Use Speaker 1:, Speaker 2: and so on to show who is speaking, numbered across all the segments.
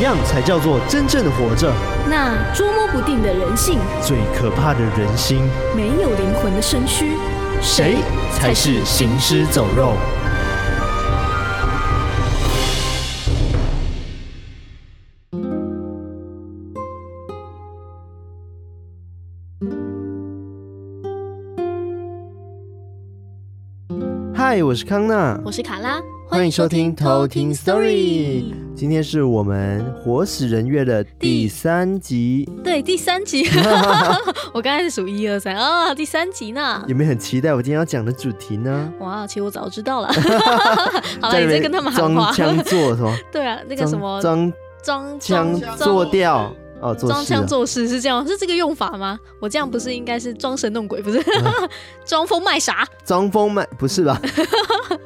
Speaker 1: 样才叫做真正活着？
Speaker 2: 那捉摸不定的人性，
Speaker 1: 最可怕的人心，
Speaker 2: 没有灵魂的身躯，
Speaker 1: 谁才是行尸走肉？嗨，我是康娜，
Speaker 2: 我是卡拉，
Speaker 1: 欢迎收听偷听 Story。今天是我们《活死人月》的第三集，
Speaker 2: 对，第三 集，我刚开始数一二三啊，第三集呢。
Speaker 1: 有没有很期待我今天要讲的主题呢？
Speaker 2: 哇，其实我早就知道了。 好了，
Speaker 1: 在那
Speaker 2: 你在
Speaker 1: 边
Speaker 2: 跟他们喊话
Speaker 1: 装。腔作什么？
Speaker 2: 对啊， 那个什么
Speaker 1: 装
Speaker 2: 装
Speaker 1: 装
Speaker 2: 装
Speaker 1: 腔作调哦，做
Speaker 2: 装
Speaker 1: 事啊
Speaker 2: 腔作势是这样，是这个用法吗？我这样不是应该是装神弄鬼，不是 装疯卖傻？
Speaker 1: 装疯卖不是 吧？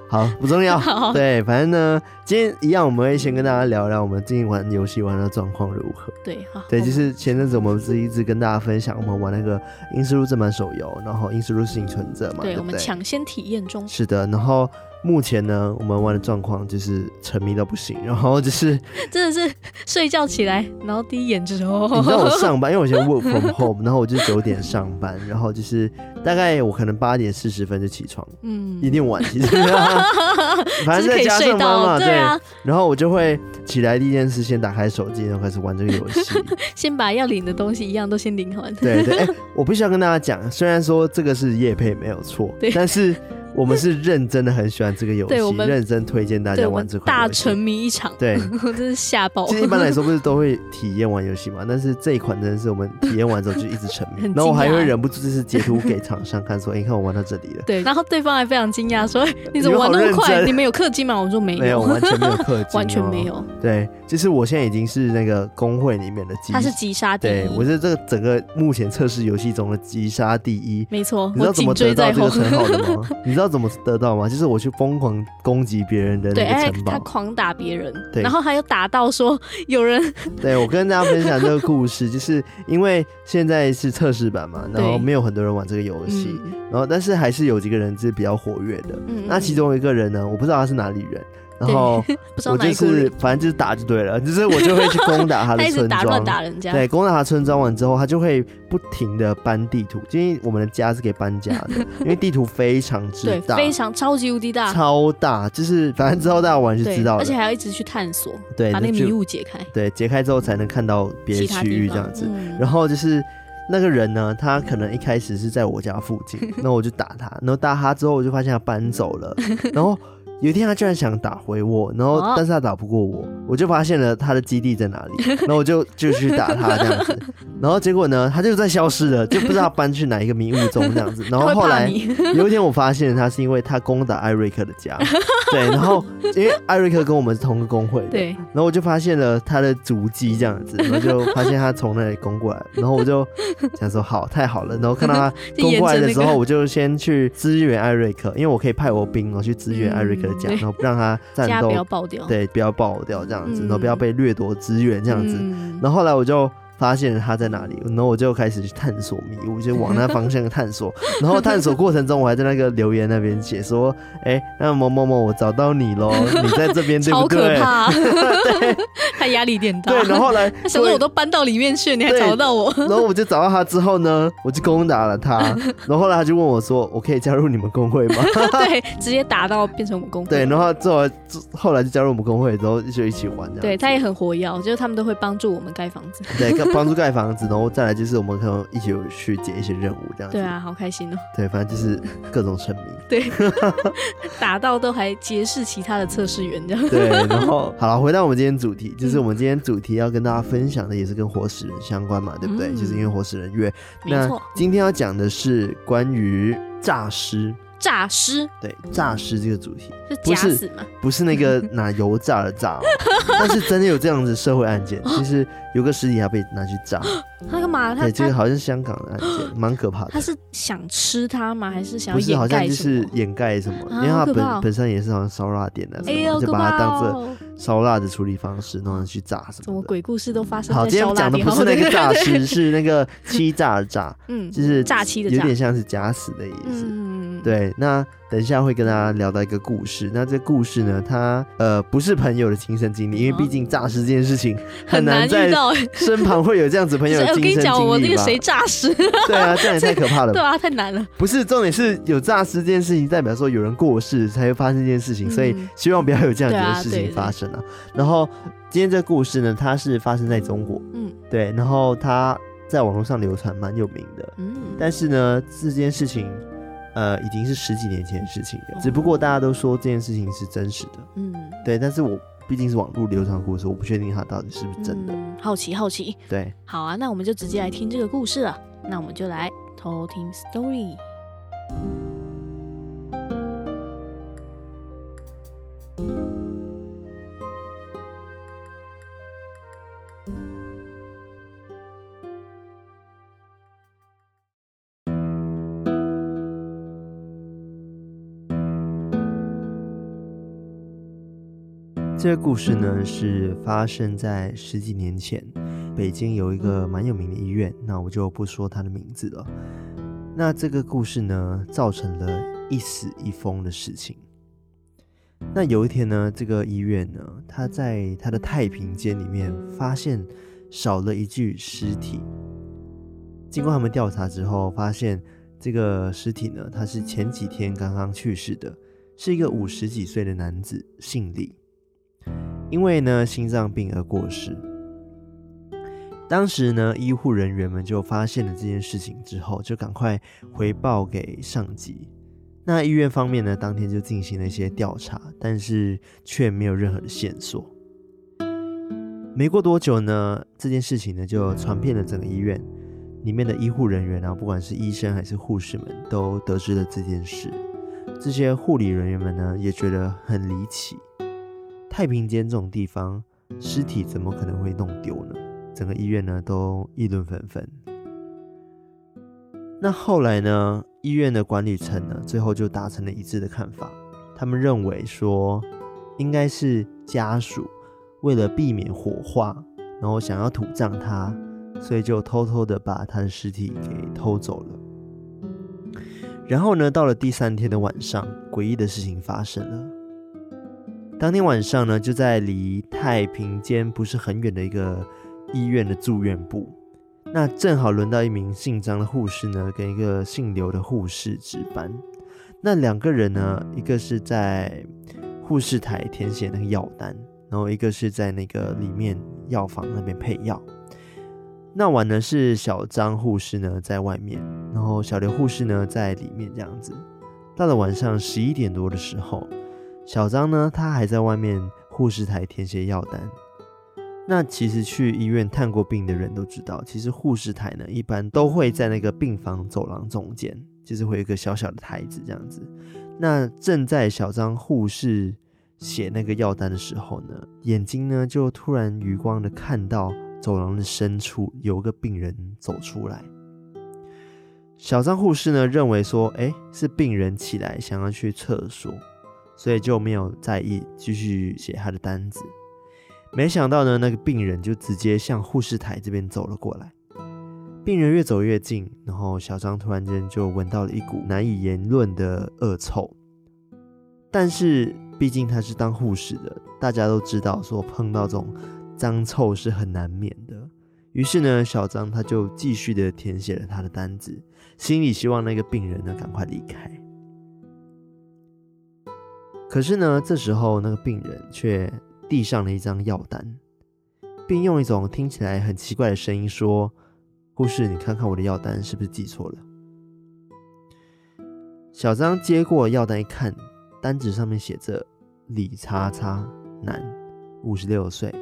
Speaker 1: 好，不重要。
Speaker 2: 好
Speaker 1: 对，反正呢，今天一样，我们会先跟大家聊聊我们最近玩游戏玩的状况如何。
Speaker 2: 对，好，
Speaker 1: 对，
Speaker 2: 我
Speaker 1: 就
Speaker 2: 们
Speaker 1: 是前阵子我们不是一直跟大家分享我们玩那个《英斯路》这款手游，然后《英斯路幸存者》嘛，对
Speaker 2: 对，我
Speaker 1: 不
Speaker 2: 们
Speaker 1: 对？
Speaker 2: 抢先体验中。
Speaker 1: 是的，然后目前呢，我们玩的状况就是沉迷到不行，然后就是
Speaker 2: 真的是睡觉起来，然后第一眼就是
Speaker 1: 你知道我
Speaker 2: 哦，
Speaker 1: 上班，因为我现在 work from home，然后我就九点上班，然后就是大概我可能八点四十分就起床，
Speaker 2: 嗯，
Speaker 1: 一定晚其 实，反
Speaker 2: 就是
Speaker 1: 正
Speaker 2: 可
Speaker 1: 在
Speaker 2: 以
Speaker 1: 家
Speaker 2: 睡
Speaker 1: 上班
Speaker 2: 到，
Speaker 1: 嘛，
Speaker 2: 对啊，
Speaker 1: 然后我就会起来第一件事，先打开手机，然后开始玩这个游 戏。
Speaker 2: 先把要领的东西一样都先领完。
Speaker 1: 对对，哎、我必须要跟大家讲，虽然说这个是叶配没有错
Speaker 2: 对，
Speaker 1: 但是我们是认真的很喜欢这个游戏
Speaker 2: 对我，们
Speaker 1: 认真推荐大
Speaker 2: 对，
Speaker 1: 家
Speaker 2: 我
Speaker 1: 玩
Speaker 2: 们
Speaker 1: 这款
Speaker 2: 大
Speaker 1: 游戏。
Speaker 2: 沉迷一场，
Speaker 1: 对，
Speaker 2: 真是吓爆
Speaker 1: 其。实一般来说不是都会体验玩游戏嘛，但是这一款真的是我们体验完之后就一直沉迷
Speaker 2: 很，
Speaker 1: 然后我还
Speaker 2: 惊讶
Speaker 1: 会忍不住就是截图给厂商看，说，哎、你看我玩到这里了，
Speaker 2: 对，然后对方还非常 惊讶说哎：“你怎么
Speaker 1: 你
Speaker 2: 玩
Speaker 1: 们
Speaker 2: 那么
Speaker 1: 好认
Speaker 2: 快？
Speaker 1: 真
Speaker 2: 你们有氪金吗？”我说：“ 没
Speaker 1: 没有，完全没有氪金、哦，
Speaker 2: 完全没。有。
Speaker 1: 对，就是我现在已经是那个工会里面的机，
Speaker 2: 他是击杀第
Speaker 1: 对
Speaker 2: 一，
Speaker 1: 我是这个整个目前测试游戏中的击杀第一。
Speaker 2: 没错，
Speaker 1: 你知
Speaker 2: 我
Speaker 1: 道怎
Speaker 2: 紧
Speaker 1: 么
Speaker 2: 追
Speaker 1: 得到
Speaker 2: 在
Speaker 1: 这
Speaker 2: 后
Speaker 1: 个。称号的 吗？你知道怎么得到吗？就是我去疯狂攻击别人的
Speaker 2: 对，
Speaker 1: 那
Speaker 2: 哎
Speaker 1: 个城，
Speaker 2: 他
Speaker 1: 堡。
Speaker 2: 狂打别人，
Speaker 1: 对
Speaker 2: 然后还有打到说有人
Speaker 1: 对，我跟大家分享这个故 事，就是因为现在是测试版嘛，然后
Speaker 2: 对
Speaker 1: 没有很多人玩这个游戏，
Speaker 2: 嗯
Speaker 1: 然后但是还是有几个人是比较活跃的。
Speaker 2: 嗯，
Speaker 1: 那其
Speaker 2: 中
Speaker 1: 中一个人呢，我不知道他是哪里人，然后
Speaker 2: 嗯不知道
Speaker 1: 我
Speaker 2: 哪
Speaker 1: 就
Speaker 2: 一股
Speaker 1: 是
Speaker 2: 人，
Speaker 1: 反正就是打就对了，就是我就会去攻打他的
Speaker 2: 他一直
Speaker 1: 村
Speaker 2: 打乱
Speaker 1: 庄。
Speaker 2: 打人家，
Speaker 1: 对，攻打他村庄完之后，他就会不停的搬地图，因为我们的家是可以搬家的， 因为地图非常之
Speaker 2: 对，
Speaker 1: 大，
Speaker 2: 非常超级无敌大，
Speaker 1: 超大，就是反正之后大家玩就
Speaker 2: 对
Speaker 1: 知，道了
Speaker 2: 而且。还要一直去探索，
Speaker 1: 对，
Speaker 2: 把那个
Speaker 1: 就
Speaker 2: 迷雾解开，
Speaker 1: 对解开之后才能看到别的
Speaker 2: 其他
Speaker 1: 区
Speaker 2: 地
Speaker 1: 域这
Speaker 2: 方
Speaker 1: 样子。
Speaker 2: 嗯
Speaker 1: 然后就是那个人呢，他可能一开始是在我家附 近，那我就打他，然后打他之后我就发现他搬走了，然后。有一天他居然想打回我，然后
Speaker 2: 哦
Speaker 1: 但是他打不过我，我就发现了他的基地在哪里， 然后我就就去打他这样子，然后结果呢，他就在消失了，就不知道他搬去哪一个迷雾中这样子，然后
Speaker 2: 他会
Speaker 1: 后
Speaker 2: 怕
Speaker 1: 来
Speaker 2: 你，
Speaker 1: 有一天我发现他是因为他攻打艾瑞克的家，对，然后因为艾瑞克跟我们是同个工会的，
Speaker 2: 对，
Speaker 1: 然后我就发现了他的足迹这样 子，然后就发现他从那里攻过来，然后我就想说好，太好了。然后看到 他
Speaker 2: 就
Speaker 1: 攻
Speaker 2: 沿
Speaker 1: 过来
Speaker 2: 着
Speaker 1: 的
Speaker 2: 那
Speaker 1: 时
Speaker 2: 个
Speaker 1: 候，我就先去支援艾瑞克，因为我可以派我兵，然后去支援艾瑞克的
Speaker 2: 嗯
Speaker 1: 家，
Speaker 2: 对
Speaker 1: 然后让他战
Speaker 2: 家
Speaker 1: 斗
Speaker 2: 不，要爆掉，
Speaker 1: 对，不要爆掉这样子，然后不要
Speaker 2: 嗯
Speaker 1: 被掠夺资源这
Speaker 2: 这
Speaker 1: 样子。然后后来我就发现了他在哪里，然后我就开始去探索迷雾，就往那方向探 索。然后探索过程中，我还在那个留言那边写说：“哎、那某某某，我找到你喽，你在这边对
Speaker 2: 超
Speaker 1: 不
Speaker 2: 可
Speaker 1: 对？”
Speaker 2: 怕， 他压力有点大，
Speaker 1: 对，然后后来
Speaker 2: 他想说我都搬到里面去，你还
Speaker 1: 对
Speaker 2: 找得到我？
Speaker 1: 然后我就找到他之后呢，我就攻打了 他。然后后来他就问我说：“我可以加入你们工会吗
Speaker 2: 对，直接打到变成我们公？”
Speaker 1: 对，然后之后后来就加入我们工会，之后就一起玩这样。
Speaker 2: 对，他也很活跃，哦就是他们都会帮助我们 盖房子。
Speaker 1: 对，跟帮助盖房子，然后再来就是我们可能一起有去解一些任务这样子。
Speaker 2: 对啊，好开心哦！
Speaker 1: 对，反正就是各种沉迷。
Speaker 2: 打到都还结识其他的测试员，这样
Speaker 1: 对，然后好了，回到我们今天主题，
Speaker 2: 嗯
Speaker 1: 就是我们今天主题要跟大家分享的也是跟活死人相关嘛，对不对？
Speaker 2: 嗯
Speaker 1: 就是因为活死人月。
Speaker 2: 没
Speaker 1: 那
Speaker 2: 错。
Speaker 1: 今天要讲的是关于诈尸，
Speaker 2: 诈尸
Speaker 1: 对，诈尸这个主题。
Speaker 2: 是
Speaker 1: 不
Speaker 2: 假
Speaker 1: 是
Speaker 2: 死嘛？
Speaker 1: 不是那 个拿油炸的炸哦，但是真的有这样子社会案件，就是有个尸体还被拿去炸，
Speaker 2: 他干嘛？哦他
Speaker 1: 对，这个
Speaker 2: 他
Speaker 1: 好像是香港的案件，蛮可怕的。
Speaker 2: 他是想吃它吗？还是想要
Speaker 1: 不是，好
Speaker 2: 掩
Speaker 1: 像
Speaker 2: 盖
Speaker 1: 就
Speaker 2: 什么
Speaker 1: 是？掩盖什么，
Speaker 2: 啊
Speaker 1: 因为它
Speaker 2: 好可
Speaker 1: 本
Speaker 2: 怕哦
Speaker 1: 本身也是好像烧腊店的什
Speaker 2: 哎
Speaker 1: 么，
Speaker 2: 呦，
Speaker 1: 就
Speaker 2: 可
Speaker 1: 把它
Speaker 2: 怕
Speaker 1: 当做
Speaker 2: 哦！
Speaker 1: 烧腊的处理方式，然后去炸什
Speaker 2: 怎
Speaker 1: 么
Speaker 2: 么
Speaker 1: 的。
Speaker 2: 鬼故事都发生
Speaker 1: 好，
Speaker 2: 在
Speaker 1: 今
Speaker 2: 烧
Speaker 1: 天
Speaker 2: 腊
Speaker 1: 讲的
Speaker 2: 店？
Speaker 1: 不是那个诈
Speaker 2: 哦对，
Speaker 1: 尸，是那个欺诈的诈，
Speaker 2: 嗯，
Speaker 1: 就是
Speaker 2: 诈欺的
Speaker 1: 有
Speaker 2: 诈
Speaker 1: 点像是假死的意思。
Speaker 2: 嗯，
Speaker 1: 对，那等一下会跟大家聊到一个故事。那这故事呢，它呃不是朋友的亲身经历，因为毕竟诈尸这件事情
Speaker 2: 很
Speaker 1: 难
Speaker 2: 难
Speaker 1: 在
Speaker 2: 遇到哎、
Speaker 1: 身旁会有这样子朋友
Speaker 2: 是哎
Speaker 1: 的
Speaker 2: 我
Speaker 1: 亲
Speaker 2: 跟你
Speaker 1: 身
Speaker 2: 讲，我
Speaker 1: 经
Speaker 2: 那
Speaker 1: 历
Speaker 2: 个
Speaker 1: 吧？
Speaker 2: 谁诈尸，
Speaker 1: 对啊，这样也太可怕了吧
Speaker 2: 对。啊，太难了。
Speaker 1: 不是重点是有诈尸这件事情，代表说有人过世才会发生这件事情，
Speaker 2: 嗯
Speaker 1: 所以希望不要有这样子
Speaker 2: 对
Speaker 1: 的
Speaker 2: 啊
Speaker 1: 事
Speaker 2: 对
Speaker 1: 情
Speaker 2: 对
Speaker 1: 发生啊。然后今天这故事呢，它是发生在中国，
Speaker 2: 嗯
Speaker 1: 对，然后它在网络上流传蛮有名的，
Speaker 2: 嗯，
Speaker 1: 但是呢，这件事情呃已经是十几年前的事情了，
Speaker 2: 哦
Speaker 1: 只不过大家都说这件事情是真实的，
Speaker 2: 嗯
Speaker 1: 对，但是我毕竟是网络流传故事，我不确定它到底是不是 真的，
Speaker 2: 嗯，好奇好奇。
Speaker 1: 对。
Speaker 2: 好啊，那我们就直接来听这个故事了。那我们就来偷听 story。
Speaker 1: 这个故事呢，是发生在十几年前，北京有一个蛮有名的医院，那我就不说它的名字了。那这个故事呢，造成了一死一疯的事情。那有一天呢，这个医院呢，它在它的太平间里面发现少了一具尸体。经过他们调查之后，发现这个尸体呢，它是前几天刚刚去世的，是一个五十几岁的男子，姓李。因为呢心脏病而过世。当时呢，医护人员们就发现了这件事情之后，就赶快回报给上级。那医院方面呢，当天就进行了一些调查，但是却没有任何的线索。没过多久呢，这件事情呢就传遍了整个医院，里面的医护人员啊，不管是医生还是护士们，都得知了这件事。这些护理人员们呢，也觉得很离奇。太平间这种地方，尸体怎么可能会弄丢呢？整个医院呢都议论纷纷。那后来呢，医院的管理层呢，最后就达成了一致的看法，他们认为说，应该是家属为了避免火化，然后想要土葬他，所以就偷偷的把他的尸体给偷走了。然后呢，到了第三天的晚上，诡异的事情发生了。当天晚上呢，就在离太平间不是很远的一个医院的住院部，那正好轮到一名姓张的护士呢，跟一个姓刘的护士值班。那两个人呢，一个是在护士台填写那个药单，然后一个是在那个里面药房那边配药。那晚呢是小张护士呢在外面，然后小刘护士呢在里面这样子。到了晚上十一点多的时候，小张呢，他还在外面护士台填写药单。那其实去医院探过病的人都知道，其实护士台呢一般都会在那个病房走廊中间，就是会有一个小小的台子这样子。那正在小张护士写那个药单的时候呢，眼睛呢就突然余光的看到走廊的深处有个病人走出来。小张护士呢认为说，诶，是病人起来想要去厕所，所以就没有在意，继续写他的单子。没想到呢，那个病人就直接向护士台这边走了过来。病人越走越近，然后小张突然间就闻到了一股难以言论的恶臭。但是毕竟他是当护士的，大家都知道说碰到这种脏臭是很难免的。于是呢，小张他就继续的填写了他的单子，心里希望那个病人呢赶快离开。可是呢，这时候那个病人却递上了一张药单，并用一种听起来很奇怪的声音说：“护士，你看看我的药单是不是记错了？”小张接过药单一看，单子上面写着“李叉叉，男，五十六岁，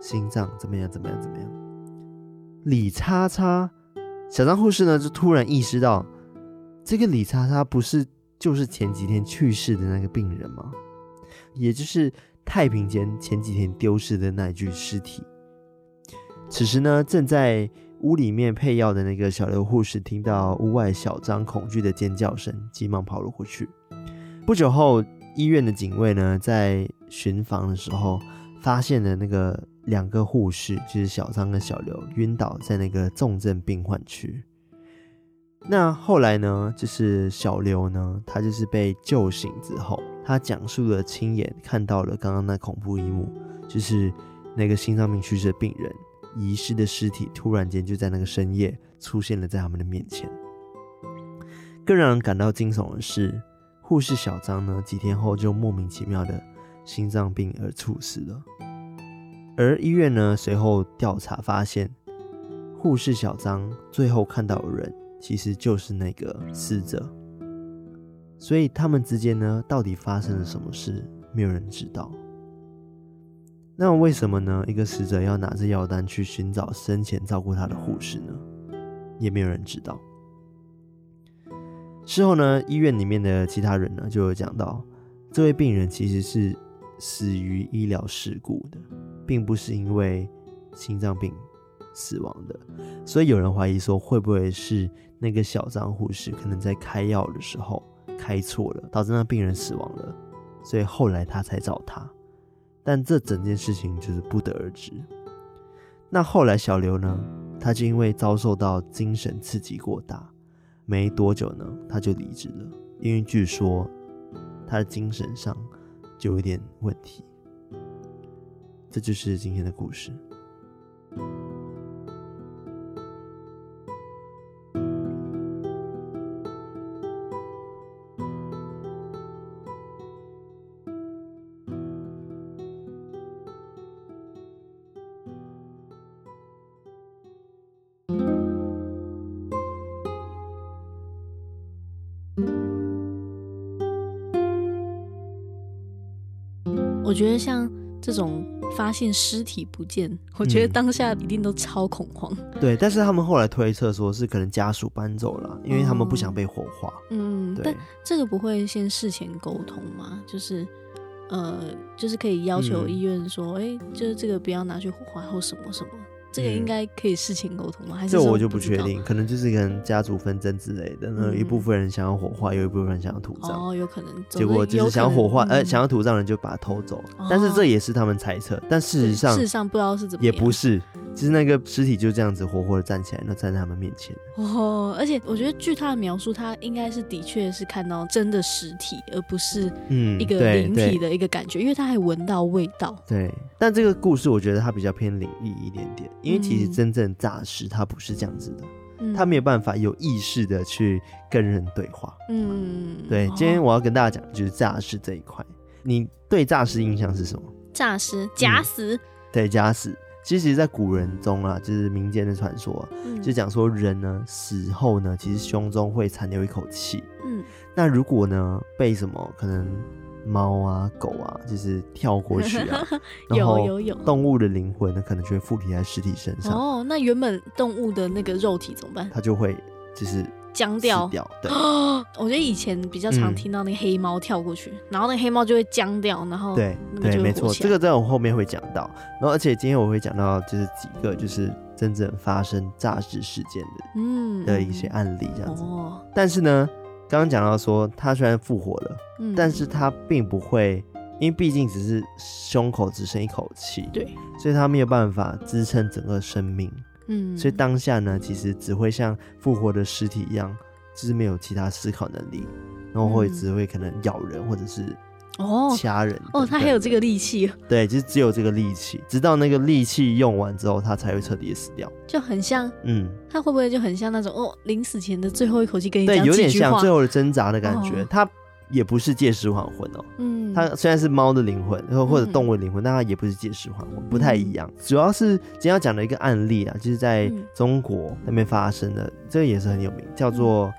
Speaker 1: 心脏怎么样怎么样怎么样。”李叉叉，小张护士呢就突然意识到，这个李叉叉不是就是前几天去世的那个病人吗？也就是太平间前几天丢失的那一具尸体。此时呢，正在屋里面配药的那个小刘护士听到屋外小张恐惧的尖叫声，急忙跑了过去。不久后，医院的警卫呢在巡房的时候，发现了那个两个护士，就是小张跟小刘，晕倒在那个重症病患区。那后来呢，就是小刘呢，他就是被救醒之后，他讲述了亲眼看到了刚刚那恐怖一幕，就是那个心脏病去世的病人遗失的尸体，突然间就在那个深夜出现了在他们的面前。更让人感到惊悚的是，护士小张呢，几天后就莫名其妙的心脏病而猝死了。而医院呢，随后调查发现，护士小张最后看到的人其实就是那个死者，所以他们之间呢，到底发生了什么事，没有人知道。那为什么呢？一个死者要拿着药单去寻找生前照顾他的护士呢？也没有人知道。事后呢，医院里面的其他人呢就有讲到，这位病人其实是死于医疗事故的，并不是因为心脏病死亡的，所以有人怀疑说会不会是那个小张护士可能在开药的时候开错了，导致那病人死亡了，所以后来他才找他，但这整件事情就是不得而知。那后来小刘呢，他就因为遭受到精神刺激过大，没多久呢，他就离职了，因为据说他的精神上就有一点问题。这就是今天的故事。
Speaker 2: 我觉得像这种发现尸体不见，我觉得
Speaker 1: 嗯
Speaker 2: 当下一定都超恐慌。
Speaker 1: 对，但是他们后来推测说是可能家属搬走了，因为他们不想被火化。
Speaker 2: 嗯，但
Speaker 1: 对，
Speaker 2: 这个不会先事前沟通吗？就是，呃，就是可以要求
Speaker 1: 嗯
Speaker 2: 医院说，哎、就是这个不要拿去火化或什么什么，这个
Speaker 1: 嗯
Speaker 2: 应该可以事前沟通吗？还是
Speaker 1: 这
Speaker 2: 说
Speaker 1: 我就
Speaker 2: 不
Speaker 1: 不
Speaker 2: 知
Speaker 1: 确
Speaker 2: 道啊
Speaker 1: 定，可能就是可能家族纷争之类的。那有一
Speaker 2: 嗯
Speaker 1: 部分人想要火化，有一部分人想要土葬，
Speaker 2: 哦，有可能。嗯
Speaker 1: 结果就是想要火化，呃，想要土葬的人就把它偷走。但是这也是他们猜测，但事
Speaker 2: 事
Speaker 1: 实上
Speaker 2: 事实上不知道是怎么
Speaker 1: 也
Speaker 2: 样，
Speaker 1: 不是，就是那个尸体就这样子活活的站起来，那站在他们面前。
Speaker 2: 哦。而且我觉得据他的描述，他应该是的确是看到真的实体，而不是
Speaker 1: 嗯，
Speaker 2: 一个
Speaker 1: 对
Speaker 2: 灵
Speaker 1: 对
Speaker 2: 体的一个感觉，因为他还闻到味道。
Speaker 1: 对，但这个故事我觉得它比较偏灵异一点点，因为其实
Speaker 2: 嗯
Speaker 1: 真正诈尸它不是这样子的，
Speaker 2: 嗯，
Speaker 1: 它没有办法有意识的去跟人对话。
Speaker 2: 嗯，
Speaker 1: 对，
Speaker 2: 哦
Speaker 1: 今天我要跟大家讲就是诈尸这一块，你对诈尸印象是什么？
Speaker 2: 诈
Speaker 1: 嗯
Speaker 2: 尸、假死，
Speaker 1: 对，假死。其实，在古人中啊，就是民间的传说啊、
Speaker 2: 嗯
Speaker 1: 就讲说人呢死后呢，其实胸中会残留一口气，
Speaker 2: 嗯，
Speaker 1: 那如果呢被什么可能猫啊狗啊，就是跳过去 啊，然
Speaker 2: 有
Speaker 1: 后
Speaker 2: 有有。
Speaker 1: 动物的灵魂呢，可能就会附体在尸体身上，
Speaker 2: 哦，那原本动物的那个肉体怎么办？
Speaker 1: 它就会就是
Speaker 2: 僵
Speaker 1: 死
Speaker 2: 掉。
Speaker 1: 掉。嗯对，
Speaker 2: 哦，我觉得以前比较常听到那个黑猫跳过去，然后那个黑猫就会僵掉，然后
Speaker 1: 对
Speaker 2: 哦那么
Speaker 1: 对，
Speaker 2: 就
Speaker 1: 没
Speaker 2: 会
Speaker 1: 错，
Speaker 2: 火起
Speaker 1: 这
Speaker 2: 来。
Speaker 1: 个在我后面会讲到。然后，而且今天我会讲到就是几个就是真正发生诈尸事件的
Speaker 2: 嗯
Speaker 1: 的一些案例这样子。
Speaker 2: 哦，
Speaker 1: 但是呢，刚刚讲到说他虽然复活了，
Speaker 2: 嗯
Speaker 1: 但是他并不会，因为毕竟只是胸口只剩一口气，
Speaker 2: 对，
Speaker 1: 所以他没有办法支撑整个生命。
Speaker 2: 嗯，
Speaker 1: 所以当下呢，其实只会像复活的尸体一样，就是没有其他思考能力，然后会
Speaker 2: 嗯
Speaker 1: 只会可能咬人或者是
Speaker 2: 哦
Speaker 1: 掐人
Speaker 2: 哦，他还有这
Speaker 1: 个
Speaker 2: 个力气，
Speaker 1: 对，就是只有这个力气，直到那个力气用完之后，他才会彻底地死掉。
Speaker 2: 就很像
Speaker 1: 嗯，
Speaker 2: 他会不会就很像那种哦，临死前的最后一口气跟你
Speaker 1: 对，
Speaker 2: 讲
Speaker 1: 有
Speaker 2: 几
Speaker 1: 点
Speaker 2: 句
Speaker 1: 像
Speaker 2: 话
Speaker 1: 最，后的挣扎的感觉。
Speaker 2: 哦
Speaker 1: 他也不是借尸还魂哦，
Speaker 2: 嗯，
Speaker 1: 它虽然是猫的灵魂，或或者
Speaker 2: 嗯
Speaker 1: 动物的灵魂，但它也不是借尸还魂，不太一样。主要是今天要讲的一个案例啊，就是在
Speaker 2: 嗯
Speaker 1: 中国那边发生的，这个也是很有名，叫做
Speaker 2: 嗯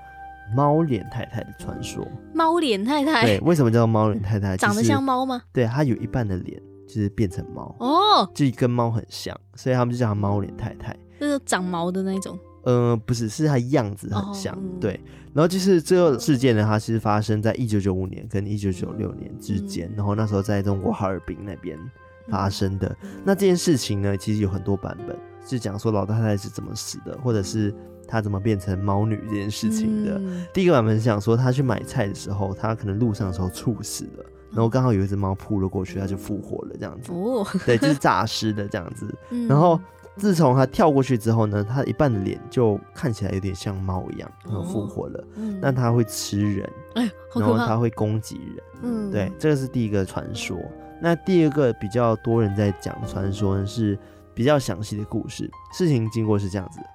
Speaker 1: 猫脸太太的传说。
Speaker 2: 猫脸太
Speaker 1: 对
Speaker 2: 太，
Speaker 1: 为什么叫做猫脸太太？
Speaker 2: 哎长得
Speaker 1: 就是
Speaker 2: 像，猫吗？
Speaker 1: 对，它有一半的脸就是变成猫，
Speaker 2: 哦，
Speaker 1: 就跟猫很像，所以他们就叫它猫脸太太。
Speaker 2: 就是长毛的那种，
Speaker 1: 呃，不是，是它样子很像，
Speaker 2: 哦嗯
Speaker 1: 对。然后就是这个事件呢，它是发生在一九九五年跟一九九六年之间，
Speaker 2: 嗯
Speaker 1: 然后那时候在中国哈尔滨那边
Speaker 2: 嗯
Speaker 1: 发生的。那这件事情呢，其实有很多版本，是讲说老太太是怎么死的，或者是她怎么变成猫女这件事情的。
Speaker 2: 嗯
Speaker 1: 第一个版本是讲说，她去买菜的时候，她可能路上的时候猝死了，然后刚好有一只猫扑了过去，她就复活了这样子。
Speaker 2: 嗯 哦，
Speaker 1: 对，就是诈尸的这样子。
Speaker 2: 嗯
Speaker 1: 然后自从他跳过去之后呢，他一半的脸就看起来有点像猫一样，然后复活了。
Speaker 2: 嗯
Speaker 1: 那他会吃人，
Speaker 2: 哎，哦好
Speaker 1: 然
Speaker 2: 可
Speaker 1: 后他
Speaker 2: 怕，
Speaker 1: 会攻击人。
Speaker 2: 嗯，
Speaker 1: 对，，这个是第一个传说。那第二个比较多人在讲的传说呢，是比较详细的故事。事情经过是这样子的：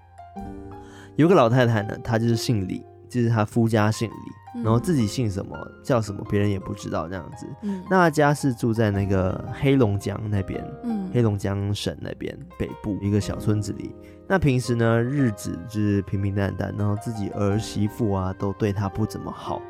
Speaker 1: 有个老太太呢，她就是姓李，就是她夫家姓李，然后自己姓什么叫什么，别人也不知道这样子。
Speaker 2: 嗯，
Speaker 1: 那她家是住在那个黑龙江那边，
Speaker 2: 嗯，
Speaker 1: 黑龙江省那边北部一个小村子里。那平时呢，日子就是平平淡淡，然后自己儿媳妇啊都对她不怎么好。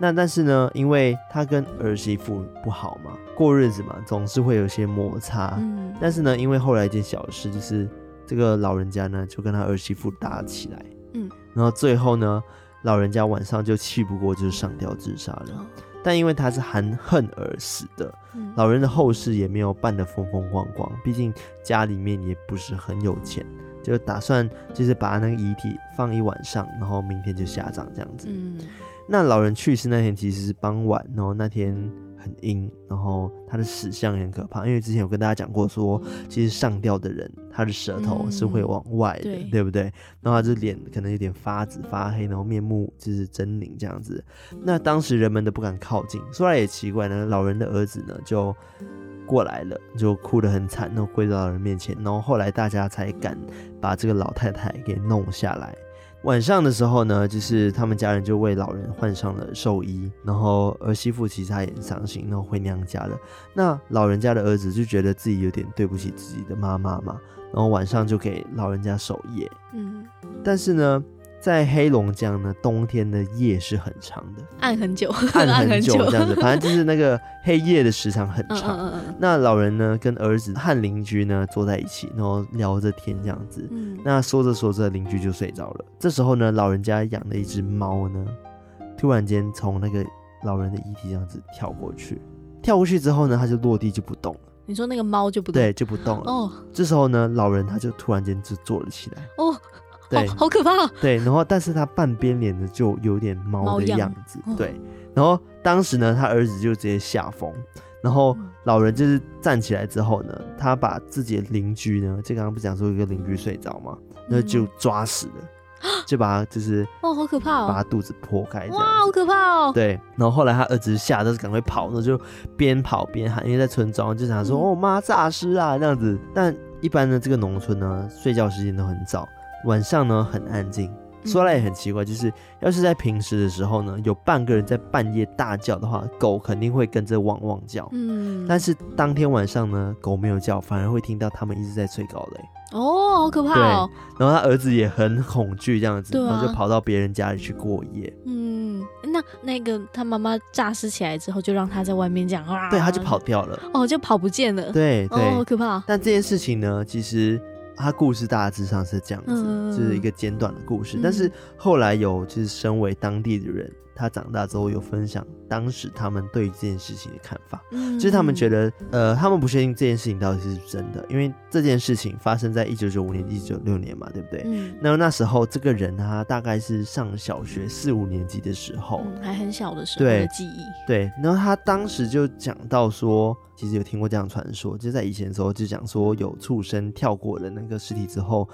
Speaker 1: 那但是呢，因为她跟儿媳妇不好嘛，过日子嘛，总是会有些摩擦。
Speaker 2: 嗯，
Speaker 1: 但是呢，因为后来一件小事，就是这个老人家呢就跟他儿媳妇打起来，
Speaker 2: 嗯，
Speaker 1: 然后最后呢，老人家晚上就气不过，就是上吊自杀
Speaker 2: 哦
Speaker 1: 了。但因为他是含恨而死的，
Speaker 2: 嗯
Speaker 1: 老人的后事也没有办得风风光光，毕竟家里面也不是很有钱，就打算就是把那个遗体放一晚上，然后明天就下葬这样子。
Speaker 2: 嗯
Speaker 1: 那老人去世那天其实是傍晚，然后那天很阴，然后他的死相也很可怕，因为之前有跟大家讲过说，其实上吊的人他的舌头是会往外的，
Speaker 2: 对
Speaker 1: 不对？然后他就脸可能有点发紫发黑，然后面目就是狰狞这样子。那当时人们都不敢靠近，说来也奇怪呢，老人的儿子呢就。过来了，就哭得很惨，然后跪到老人面前，然后后来大家才敢把这个老太太给弄下来。晚上的时候呢，就是他们家人就为老人换上了寿衣，然后儿媳妇其实她也很伤心，然后回娘家了。那老人家的儿子就觉得自己有点对不起自己的妈妈嘛，然后晚上就给老人家守夜。
Speaker 2: 嗯，
Speaker 1: 但是呢，在黑龙江呢，冬天的夜是很长 的，
Speaker 2: 按很久，
Speaker 1: 暗很久
Speaker 2: 嗯
Speaker 1: 这样子，反正就是那个黑夜的时长很
Speaker 2: 嗯
Speaker 1: 长。
Speaker 2: 嗯
Speaker 1: 那老人呢，跟儿子和邻居呢坐在一起，然后聊着天这样子。
Speaker 2: 嗯，
Speaker 1: 那说着说着，邻居就睡着了。这时候呢，老人家养的一只猫呢，突然间从那个老人的遗体这样子跳过去，跳过去之后呢，它就落地就不动了，
Speaker 2: 你说那个猫就不
Speaker 1: 哦对，就不动了。
Speaker 2: 哦
Speaker 1: 这时候呢，老人他就突然间就坐了起来，
Speaker 2: 哦，
Speaker 1: 对
Speaker 2: 好好可怕哦，
Speaker 1: 对，然后但是他半边脸呢就有点猫
Speaker 2: 猫
Speaker 1: 的
Speaker 2: 样
Speaker 1: 样子
Speaker 2: 哦，
Speaker 1: 对，然后当时呢，他儿子就直接吓疯，然后
Speaker 2: 嗯
Speaker 1: 老人就是站起来之后呢，他把自己的邻居呢，就刚刚不讲说有一个邻居睡着嘛，那就
Speaker 2: 嗯
Speaker 1: 抓死了，就把他就是
Speaker 2: 哦，好可怕
Speaker 1: 把他
Speaker 2: 哦，
Speaker 1: 肚子剖开这
Speaker 2: 哇，
Speaker 1: 样
Speaker 2: 好
Speaker 1: 子。
Speaker 2: 可怕哦，
Speaker 1: 对，然后后来他儿子吓得是赶快跑，然后就边跑边喊，因为在村庄就想说、
Speaker 2: 嗯
Speaker 1: 哦妈诈尸啊这样子。但一般呢，这个农村呢，睡觉时间都很早，晚上呢很安静。
Speaker 2: 嗯
Speaker 1: 说来也很奇怪，就是要是在平时的时候呢，有半个人在半夜大叫的话，狗肯定会跟着汪汪叫。
Speaker 2: 嗯，
Speaker 1: 但是当天晚上呢，狗没有叫，反而会听到他们一直在吹狗雷。
Speaker 2: 哦，好可怕哦，
Speaker 1: 然后他儿子也很恐惧这样子，
Speaker 2: 对啊
Speaker 1: 然后就跑到别人家里去过夜。
Speaker 2: 嗯，那那个他妈妈诈尸起来之后，就让他在外面讲啊，
Speaker 1: 对，他就跑，掉了。
Speaker 2: 哦，就跑不见了，
Speaker 1: 对对。
Speaker 2: 哦，好可怕，
Speaker 1: 但这件事情呢，其实它故事大致上是这样子，
Speaker 2: 嗯
Speaker 1: 就是一个简短的故事。
Speaker 2: 嗯
Speaker 1: 但是后来有就是身为当地的人，他长大之后有分享当时他们对于这件事情的看法。
Speaker 2: 嗯，
Speaker 1: 就是他们觉得，呃，他们不确定这件事情到底是不是真的，因为这件事情发生在一九九五年、一九九六年嘛，对不对？
Speaker 2: 嗯，
Speaker 1: 那那时候这个人他大概是上小学四五年级的时候，
Speaker 2: 嗯，还很小的时候
Speaker 1: 对
Speaker 2: 的记忆，
Speaker 1: 对，然后他当时就讲到说，其实有听过这样的传说，就在以前的时候就讲说有畜生跳过了那个尸体之后，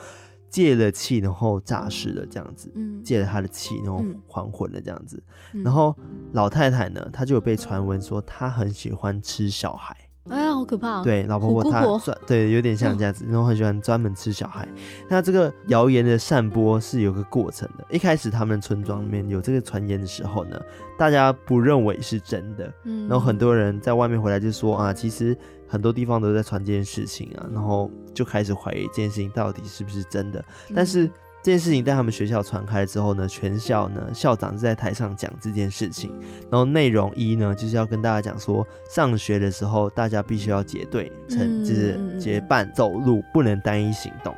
Speaker 1: 借了气然后诈尸了这样子，
Speaker 2: 嗯，
Speaker 1: 借了他的气然后
Speaker 2: 嗯
Speaker 1: 还魂了这样子。
Speaker 2: 嗯
Speaker 1: 然后老太太呢，她就有被传闻说她很喜欢吃小孩。
Speaker 2: 哎呀，好可怕，，
Speaker 1: 嗯对，老婆
Speaker 2: 虎
Speaker 1: 婆
Speaker 2: 姑
Speaker 1: 她
Speaker 2: 婆嗯
Speaker 1: 算对，有点像这样子，然后很喜欢专门吃小孩。那这个谣言的散播是有个过程的。一开始他们村庄里面有这个传言的时候呢，大家不认为是真的，
Speaker 2: 嗯，
Speaker 1: 然后很多人在外面回来就说啊，其实很多地方都在传这件事情啊，然后就开始怀疑这件事情到底是不是真的。
Speaker 2: 嗯，
Speaker 1: 但是这件事情在他们学校传开之后呢，全校呢校长就在台上讲这件事情，然后内容一呢就是要跟大家讲说，上学的时候大家必须要结队成，
Speaker 2: 嗯
Speaker 1: 就是结伴走路，不能单一行动。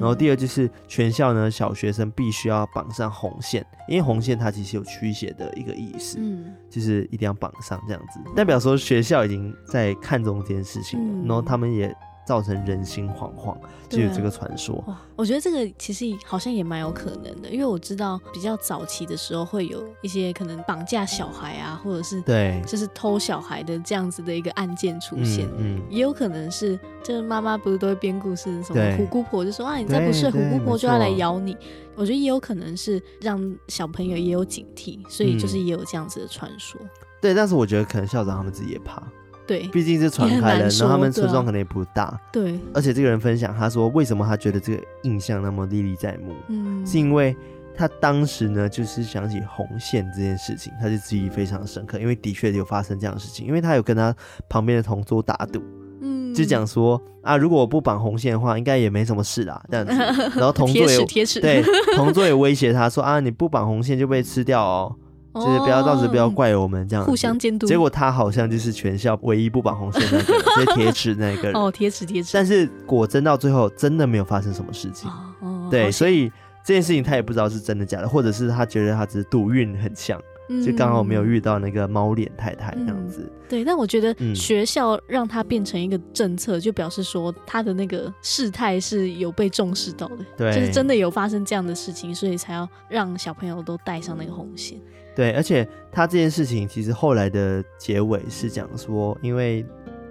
Speaker 1: 然后第二就是全校呢小学生必须要绑上红线，因为红线它其实有驱邪的一个意思，
Speaker 2: 嗯，
Speaker 1: 就是一定要绑上这样子，代表说学校已经在看重这件事情了，
Speaker 2: 嗯
Speaker 1: 然后他们也造成人心惶惶，就
Speaker 2: 对啊
Speaker 1: 有这个传说。
Speaker 2: 哇，我觉得这个其实好像也蛮有可能的，因为我知道比较早期的时候会有一些可能绑架小孩啊，或者是
Speaker 1: 对，
Speaker 2: 就是偷小孩的这样子的一个案件出现。
Speaker 1: 嗯嗯
Speaker 2: 也有可能是，就是妈妈不是都会编故事，什
Speaker 1: 对
Speaker 2: 么虎姑婆就说啊，你再
Speaker 1: 对
Speaker 2: 不睡，虎
Speaker 1: 对
Speaker 2: 姑婆
Speaker 1: 没
Speaker 2: 就要来
Speaker 1: 错
Speaker 2: 咬你。我觉得也有可能是让小朋友也有警惕，所以
Speaker 1: 嗯
Speaker 2: 就是也有这样子的传说。
Speaker 1: 对，但是我觉得可能校长他们自己也怕，
Speaker 2: 对
Speaker 1: 毕竟是传
Speaker 2: 也很
Speaker 1: 开了，
Speaker 2: 难
Speaker 1: 然后他
Speaker 2: 说
Speaker 1: 们
Speaker 2: 对
Speaker 1: 村
Speaker 2: 啊
Speaker 1: 庄可能也不大，
Speaker 2: 对，
Speaker 1: 而且这个人分享，他说为什么他觉得这个印象那么历历在目，
Speaker 2: 嗯，
Speaker 1: 是因为他当时呢就是想起红线这件事情，他就记忆非常深刻，因为的确有发生这样的事情，因为他有跟他旁边的同桌打赌，
Speaker 2: 嗯
Speaker 1: 就讲说啊，如果我不绑红线的话，应该也没什么事啦，这样子， 然后同桌
Speaker 2: 贴
Speaker 1: 也
Speaker 2: 齿贴齿，
Speaker 1: 对同桌也威胁他说啊，你不绑红线就被吃掉哦，
Speaker 2: 哦，
Speaker 1: 就是不要到时不要怪我们这样子，
Speaker 2: 互相监督，
Speaker 1: 结果他好像就是全校唯一不绑红线的那个人，就是铁齿那个人。
Speaker 2: 哦贴齿贴齿，
Speaker 1: 但是果真到最后真的没有发生什么事情，
Speaker 2: 哦哦
Speaker 1: 对，
Speaker 2: 好
Speaker 1: 所以这件事情他也不知道是真的假的，或者是他觉得他只是赌运很像，就刚好没有
Speaker 2: 嗯
Speaker 1: 遇到那个猫脸太太这样子。
Speaker 2: 对，但我觉
Speaker 1: 嗯
Speaker 2: 得学校让它变成一个政策，就表示说它的那个事态是有被重视到的，
Speaker 1: 对
Speaker 2: 就是真的有发生这样的事情，所以才要让小朋友都带上那个红线。
Speaker 1: 对，而且他这件事情其实后来的结尾是讲说，因为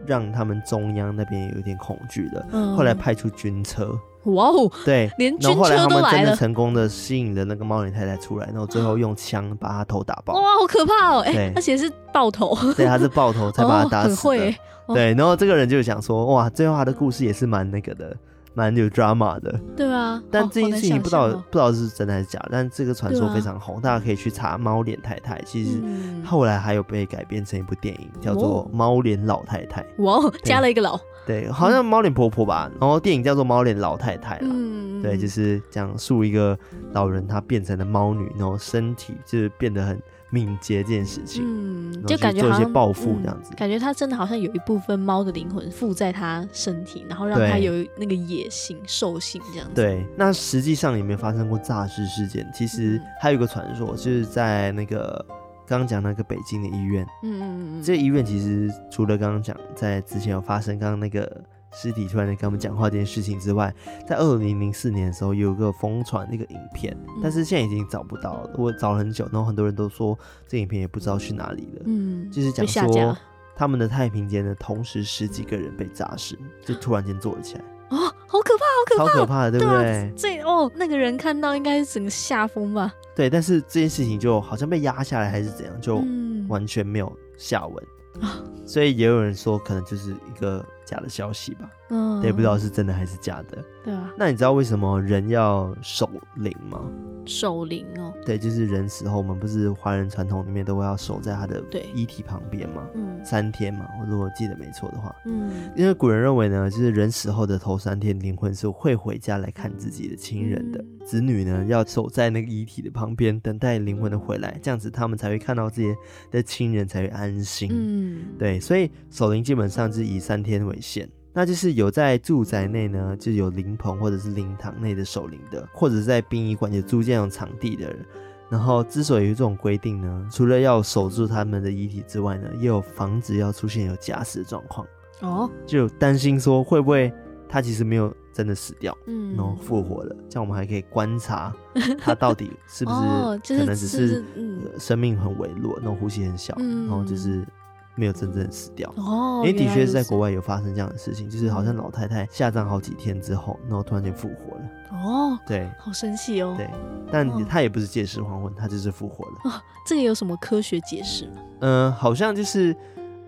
Speaker 1: 让他们中央那边有点恐惧了，
Speaker 2: 嗯，
Speaker 1: 后来派出军车，
Speaker 2: 哇哦，
Speaker 1: 对。
Speaker 2: 连
Speaker 1: 然
Speaker 2: 军
Speaker 1: 后后来
Speaker 2: 车
Speaker 1: 他
Speaker 2: 都
Speaker 1: 们真
Speaker 2: 来
Speaker 1: 的
Speaker 2: 了，哦
Speaker 1: 成功的吸引了那个猫脸太太出来，然后最后用枪把他头打爆，
Speaker 2: 哇，好可怕哦！哎、
Speaker 1: 对
Speaker 2: 而且是爆头，
Speaker 1: 对，他是爆 头才把他
Speaker 2: 哦、
Speaker 1: 打
Speaker 2: 很
Speaker 1: 死的。
Speaker 2: 会哦
Speaker 1: 对，然后这个人就想说，哇，最后他的故事也是蛮那个的，蛮有 drama 的。
Speaker 2: 对啊。
Speaker 1: 但
Speaker 2: 哦
Speaker 1: 这件事情不知道、不知道是真的还是假的，但这个传说
Speaker 2: 对啊
Speaker 1: 非常红，大家可以去查《猫脸太太》，其实
Speaker 2: 嗯，
Speaker 1: 后来还有被改编成一部电影，叫做
Speaker 2: 哦
Speaker 1: 《猫脸老太太》。
Speaker 2: 哇哦，加了一个老，
Speaker 1: 对，好像猫脸婆婆吧，然后电影叫做《猫脸老太太》啦。
Speaker 2: 嗯，
Speaker 1: 对，就是讲述一个老人她变成了猫女，然后身体就是变得很敏捷这件事情。然
Speaker 2: 嗯，
Speaker 1: 后
Speaker 2: 就
Speaker 1: 去
Speaker 2: 感觉
Speaker 1: 做一
Speaker 2: 好
Speaker 1: 些
Speaker 2: 像
Speaker 1: 报复
Speaker 2: 嗯
Speaker 1: 这样子
Speaker 2: 感觉它真的好像有一部分猫的灵魂附在它身体，然后让它
Speaker 1: 对
Speaker 2: 有那个野性、兽性这样子。
Speaker 1: 对，那实际上有没有发生过诈尸事件？其实
Speaker 2: 嗯
Speaker 1: 还有一个传说，就是在那个刚刚讲那个北京的医院，
Speaker 2: 嗯，嗯嗯嗯，
Speaker 1: 这个医院其实除了刚刚讲在之前有发生刚刚那个尸体突然跟我们讲话这件事情之外，在二零零四年的时候有一个疯传那个影片，
Speaker 2: 嗯
Speaker 1: 但是现在已经找不到了，我找了很久，然后很多人都说这影片也不知道去哪里了。
Speaker 2: 嗯，
Speaker 1: 就是讲
Speaker 2: 被下架
Speaker 1: 说他们的太平间呢，同时十几个人被诈尸，就突然间坐了起来，
Speaker 2: 哦，好可怕！
Speaker 1: 超可怕的，对不
Speaker 2: 对啊
Speaker 1: 对？
Speaker 2: 这哦，那个人看到应该是整个吓疯吧？
Speaker 1: 对，但是这件事情就好像被压下来还是怎样，就
Speaker 2: 嗯，
Speaker 1: 哦完全没有下文。
Speaker 2: 啊
Speaker 1: 所以也有人说，可能就是一个假的消息吧，
Speaker 2: 嗯，
Speaker 1: 也不知道是真的还是假的。
Speaker 2: 对啊，
Speaker 1: 那你知道为什么人要守灵吗？
Speaker 2: 守灵哦，
Speaker 1: 对，就是人死后，我们不是华人传统里面都会要守在他的
Speaker 2: 对
Speaker 1: 遗体旁边吗？
Speaker 2: 嗯
Speaker 1: 三天嘛，我如果记得没错的话，
Speaker 2: 嗯，
Speaker 1: 因为古人认为呢，就是人死后的头三天，灵魂是会回家来看自己的亲人的。
Speaker 2: 嗯
Speaker 1: 子女呢，要守在那个遗体的旁边，等待灵魂的回来，这样子他们才会看到自己的亲人，才会安心。
Speaker 2: 嗯，
Speaker 1: 对，所以守灵基本上是以三天为限。那就是有在住宅内呢，就有灵棚或者是灵堂内的守灵的，或者是在殡仪馆有租这种场地的人。然后，之所以有这种规定呢，除了要守住他们的遗体之外呢，也有防止要出现有假死的状况。
Speaker 2: 哦，
Speaker 1: 就有担心说会不会他其实没有真的死掉，
Speaker 2: 嗯，
Speaker 1: 然后复活了，这样我们还可以观察他到底是不
Speaker 2: 哦，
Speaker 1: 是
Speaker 2: 就
Speaker 1: 可
Speaker 2: 是
Speaker 1: 能只是
Speaker 2: 嗯，
Speaker 1: 呃生命很微弱，然后呼吸很小，然后就
Speaker 2: 嗯
Speaker 1: 是没有真正地死掉。
Speaker 2: 哦，
Speaker 1: 因为的
Speaker 2: 原来
Speaker 1: 确是
Speaker 2: 如
Speaker 1: 在
Speaker 2: 此嗯
Speaker 1: 国外有发生这样的事情，就是好像老太太下葬好几天之后，然后突然间复活了。
Speaker 2: 哦，
Speaker 1: 对
Speaker 2: 好神奇哦，
Speaker 1: 对，但
Speaker 2: 哦
Speaker 1: 她也不是借尸还魂，她就是复活了。
Speaker 2: 这个有什么科学解释吗？
Speaker 1: 嗯，好像就是，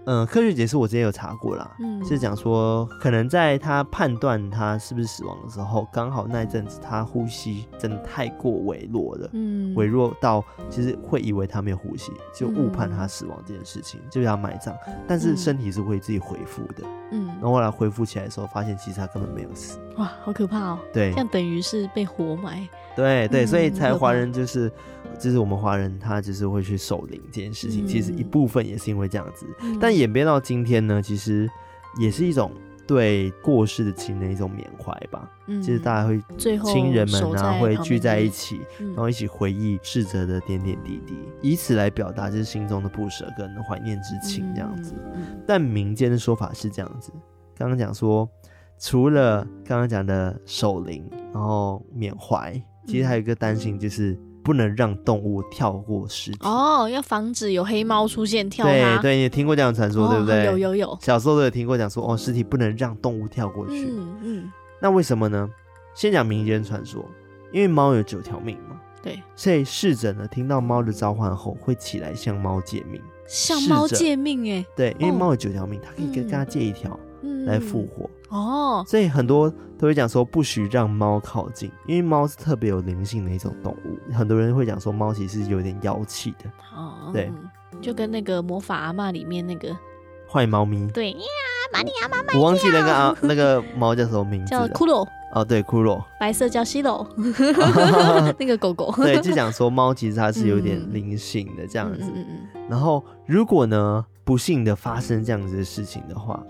Speaker 1: 嗯，科学解释我之前有查过啦，
Speaker 2: 嗯，
Speaker 1: 是讲说，可能在他判断他是不是死亡的时候，刚好那一阵子他呼吸真的太过微弱了，
Speaker 2: 嗯，
Speaker 1: 微弱到其实会以为他没有呼吸，就误判
Speaker 2: 嗯
Speaker 1: 他死亡这件事情，就给他埋葬。但是身体是会自己恢复的，
Speaker 2: 嗯
Speaker 1: 然，后后来恢复起来的时候，发现其实他根本没有死。
Speaker 2: 哇，好可怕哦，
Speaker 1: 对
Speaker 2: 这样等于是被活埋，
Speaker 1: 对对，
Speaker 2: 嗯
Speaker 1: 所以才
Speaker 2: 可怕
Speaker 1: 华人就是。就是我们华人，他就是会去守灵这件事情，
Speaker 2: 嗯
Speaker 1: 其实一部分也是因为这样子。
Speaker 2: 嗯
Speaker 1: 但演变到今天呢，其实也是一种对过世的亲人一种缅怀吧。
Speaker 2: 嗯
Speaker 1: 就是大家会
Speaker 2: 最后
Speaker 1: 亲人
Speaker 2: 守
Speaker 1: 们啊
Speaker 2: 在
Speaker 1: 会
Speaker 2: 旁
Speaker 1: 聚
Speaker 2: 边
Speaker 1: 在
Speaker 2: 的
Speaker 1: 一，起，
Speaker 2: 嗯
Speaker 1: 然后一起回忆逝者的点点滴滴，以此来表达就是心中的不舍跟怀念之情这样子。
Speaker 2: 嗯，嗯
Speaker 1: 但民间的说法是这样子，刚刚讲说。除了刚刚讲的守灵，然后缅
Speaker 2: 嗯
Speaker 1: 怀，其实还有一个担心就是不能让动物跳过尸体。
Speaker 2: 哦，要防止有黑猫出现跳
Speaker 1: 对
Speaker 2: 它，
Speaker 1: 对，你也听过这样的传说，
Speaker 2: 哦
Speaker 1: 对不对？
Speaker 2: 有有有，
Speaker 1: 小时候都有听过讲说，哦，尸体不能让动物跳过去。
Speaker 2: 嗯嗯，
Speaker 1: 那为什么呢？先讲民间传说，因为猫有九条命嘛，
Speaker 2: 对，
Speaker 1: 所以逝者呢听到猫的召唤后，会起来向猫借命。
Speaker 2: 像
Speaker 1: 试
Speaker 2: 猫
Speaker 1: 着
Speaker 2: 借命哎，
Speaker 1: 对，因为
Speaker 2: 哦
Speaker 1: 猫有九条命，它可以跟
Speaker 2: 嗯
Speaker 1: 跟它借一条
Speaker 2: 嗯，
Speaker 1: 来复活，
Speaker 2: 哦，
Speaker 1: 所以很多都会讲说不许让猫靠近，因为猫是特别有灵性的一种动物。很多人会讲说猫其实是有点妖气的，
Speaker 2: 哦，
Speaker 1: 对
Speaker 2: 嗯，就跟那个魔法阿嬷里面那个
Speaker 1: 坏猫咪。
Speaker 2: 对，
Speaker 1: 我忘记那个啊那个猫叫什么名字
Speaker 2: 叫
Speaker 1: 了？
Speaker 2: 骷髅，
Speaker 1: 哦，对，骷 髅。哦
Speaker 2: 白色叫 西楼，那个狗狗，
Speaker 1: 对，就讲说猫其实它是有
Speaker 2: 嗯
Speaker 1: 点灵性的这样子。
Speaker 2: 嗯嗯嗯，
Speaker 1: 然后如果呢不幸的发生这样子的事情的话，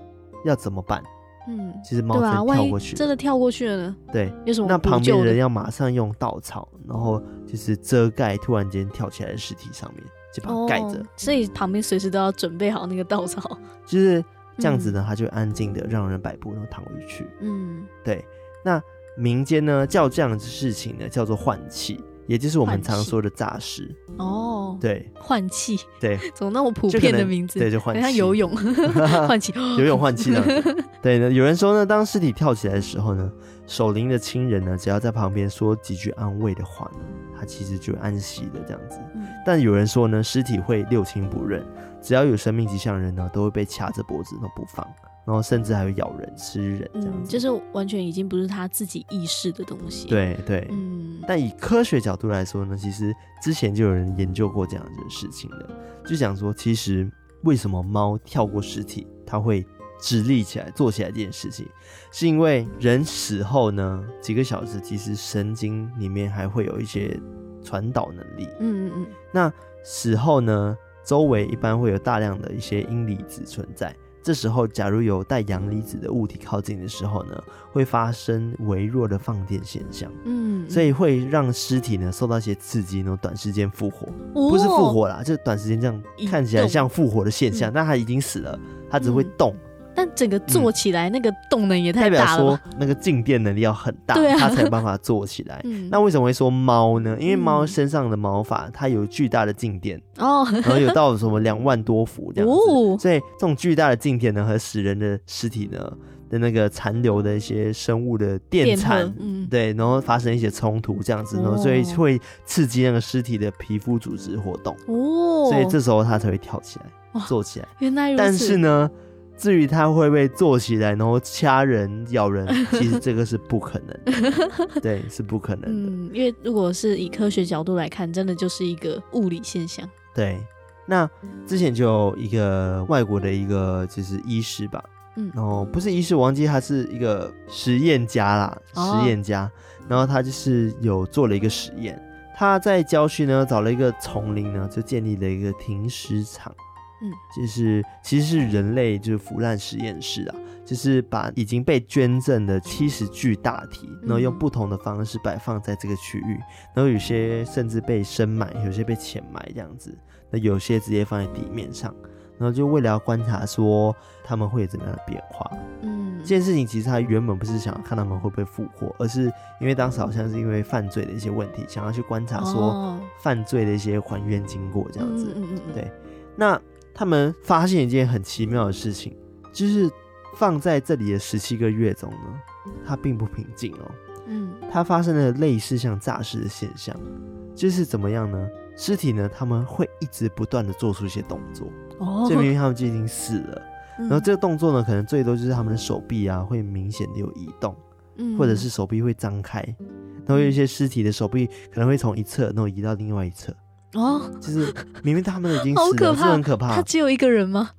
Speaker 1: 要怎么办？
Speaker 2: 嗯嗯
Speaker 1: 其实猫
Speaker 2: 对
Speaker 1: 真
Speaker 2: 啊，
Speaker 1: 的
Speaker 2: 万
Speaker 1: 跳过
Speaker 2: 一
Speaker 1: 去，
Speaker 2: 真的跳过去了呢？
Speaker 1: 对，
Speaker 2: 有什么
Speaker 1: 那
Speaker 2: 补
Speaker 1: 旁边
Speaker 2: 救
Speaker 1: 的
Speaker 2: 的
Speaker 1: 人要马上用稻草，然后就是遮盖突然间跳起来的尸体上面，就把它盖着，
Speaker 2: 哦，所以旁边随时都要准备好那个稻草。
Speaker 1: 就是 这样子呢，它就安静的让人摆布，然后躺回去。
Speaker 2: 嗯，
Speaker 1: 对，那民间呢叫这样的事情呢叫做换气，也就是我们
Speaker 2: 换气
Speaker 1: 常说的诈尸。
Speaker 2: 哦，，
Speaker 1: 对
Speaker 2: 换气，
Speaker 1: 对，
Speaker 2: 怎么那么普
Speaker 1: 就可
Speaker 2: 遍的
Speaker 1: 能
Speaker 2: 名字？
Speaker 1: 对，就换
Speaker 2: 很像
Speaker 1: 气。
Speaker 2: 游泳，换气，
Speaker 1: 游泳换气这样子。对呢，有人说呢，当尸体跳起来的时候呢，守灵的亲人呢，只要在旁边说几句安慰的话呢，他其实就安息了这样子。
Speaker 2: 嗯
Speaker 1: 但有人说呢，尸体会六亲不认，只要有生命迹象的人呢，都会被掐着脖子都不放，然后甚至还会咬人、吃人 这样
Speaker 2: 嗯，
Speaker 1: 子。
Speaker 2: 就是完全已经不是他自己意识的东西。，
Speaker 1: 对对。
Speaker 2: 嗯，
Speaker 1: 但以科学角度来说呢，其实之前就有人研究过这样的事情的，就讲说，其实为什么猫跳过尸体，它会直立起来坐起来这件事情，是因为人死后呢几个小时，其实神经里面还会有一些传导能力，
Speaker 2: 嗯嗯
Speaker 1: 死后呢周围一般会有大量的一些阴离子存在。这时候，假如有带阳离子的物体靠近的时候呢，会发生微弱的放电现象。
Speaker 2: 嗯嗯，
Speaker 1: 所以会让尸体呢受到一些刺激，然后短时间复活，
Speaker 2: 不
Speaker 1: 不是复，活啦，就是短时间这样
Speaker 2: 哦移
Speaker 1: 看起来
Speaker 2: 动
Speaker 1: 像复活的现象，但他已经死了，他只会
Speaker 2: 嗯
Speaker 1: 动，
Speaker 2: 但整个坐起来那个动能也
Speaker 1: 嗯代
Speaker 2: 太
Speaker 1: 表
Speaker 2: 大了
Speaker 1: 说
Speaker 2: 吧。
Speaker 1: 那个静电能力要很大，
Speaker 2: 对啊
Speaker 1: 他才有办法坐起来。
Speaker 2: 嗯，
Speaker 1: 那为什么会说猫呢？因为猫
Speaker 2: 嗯
Speaker 1: 身上的毛发它有巨大的静电，
Speaker 2: 哦，
Speaker 1: 然后有到什么两万多伏这样子，
Speaker 2: 哦
Speaker 1: 所以这种巨大的静电呢和使人的尸体呢的那个残留的一些生物的电
Speaker 2: 变
Speaker 1: 残
Speaker 2: 态，嗯，
Speaker 1: 对，然后发生一些冲突这样子，然后所以
Speaker 2: 哦
Speaker 1: 会刺激那个尸体的皮肤组织活动，
Speaker 2: 哦，
Speaker 1: 所以这时候它才会跳起来
Speaker 2: 哇、
Speaker 1: 坐起来。
Speaker 2: 原来如此，
Speaker 1: 但是呢，至于它会不会坐起来然后掐人、咬人，其实这个是不可能 的，对，是不可能的。
Speaker 2: 嗯，因为如果是以科学角度来看，真的就是一个物理现象。
Speaker 1: 对，那之前就有一个外国的一个就是医师吧，
Speaker 2: 嗯
Speaker 1: 然后不是医师，我忘记他是一个实验家啦，
Speaker 2: 哦
Speaker 1: 实验家。然后他就是有做了一个实验，他在郊区呢找了一个丛林呢，就建立了一个停尸场。
Speaker 2: 嗯，
Speaker 1: 就是其实是人类就是腐烂实验室啊，就是把已经被捐赠的七十具大体，然后用
Speaker 2: 嗯
Speaker 1: 不同的方式摆放在这个区域，然后有些甚至被深埋，有些被浅埋这样子，那有些直接放在地面上，然后就为了要观察说他们会有怎么样的变化。
Speaker 2: 嗯
Speaker 1: 这，件事情其实他原本不是想要看他们会不会复活，而是因为当时好像是因为犯罪的一些问题，想要去观察说
Speaker 2: 哦
Speaker 1: 犯罪的一些还原经过这样子。
Speaker 2: 嗯嗯嗯嗯
Speaker 1: 对那他们发现一件很奇妙的事情，就是放在这里的十七个月中呢，它并不平静哦，
Speaker 2: 嗯，
Speaker 1: 它发生了类似像诈尸的现象，就是怎么样呢？尸体呢，他们会一直不断的做出一些动作，
Speaker 2: 哦，嗯
Speaker 1: 证明他们就已经死了。
Speaker 2: 然
Speaker 1: 然后这个动作呢，可能最多就是他们的手臂啊会明显的有移动，
Speaker 2: 嗯
Speaker 1: 或者是手臂会张开，然后有一些尸体的手臂可能会从一侧然后移到另外一侧，
Speaker 2: 哦，
Speaker 1: 就是明明他们已经
Speaker 2: 好
Speaker 1: 死
Speaker 2: 可
Speaker 1: 了，
Speaker 2: 怕
Speaker 1: 这很可
Speaker 2: 他
Speaker 1: 怕。
Speaker 2: 只有一个人吗？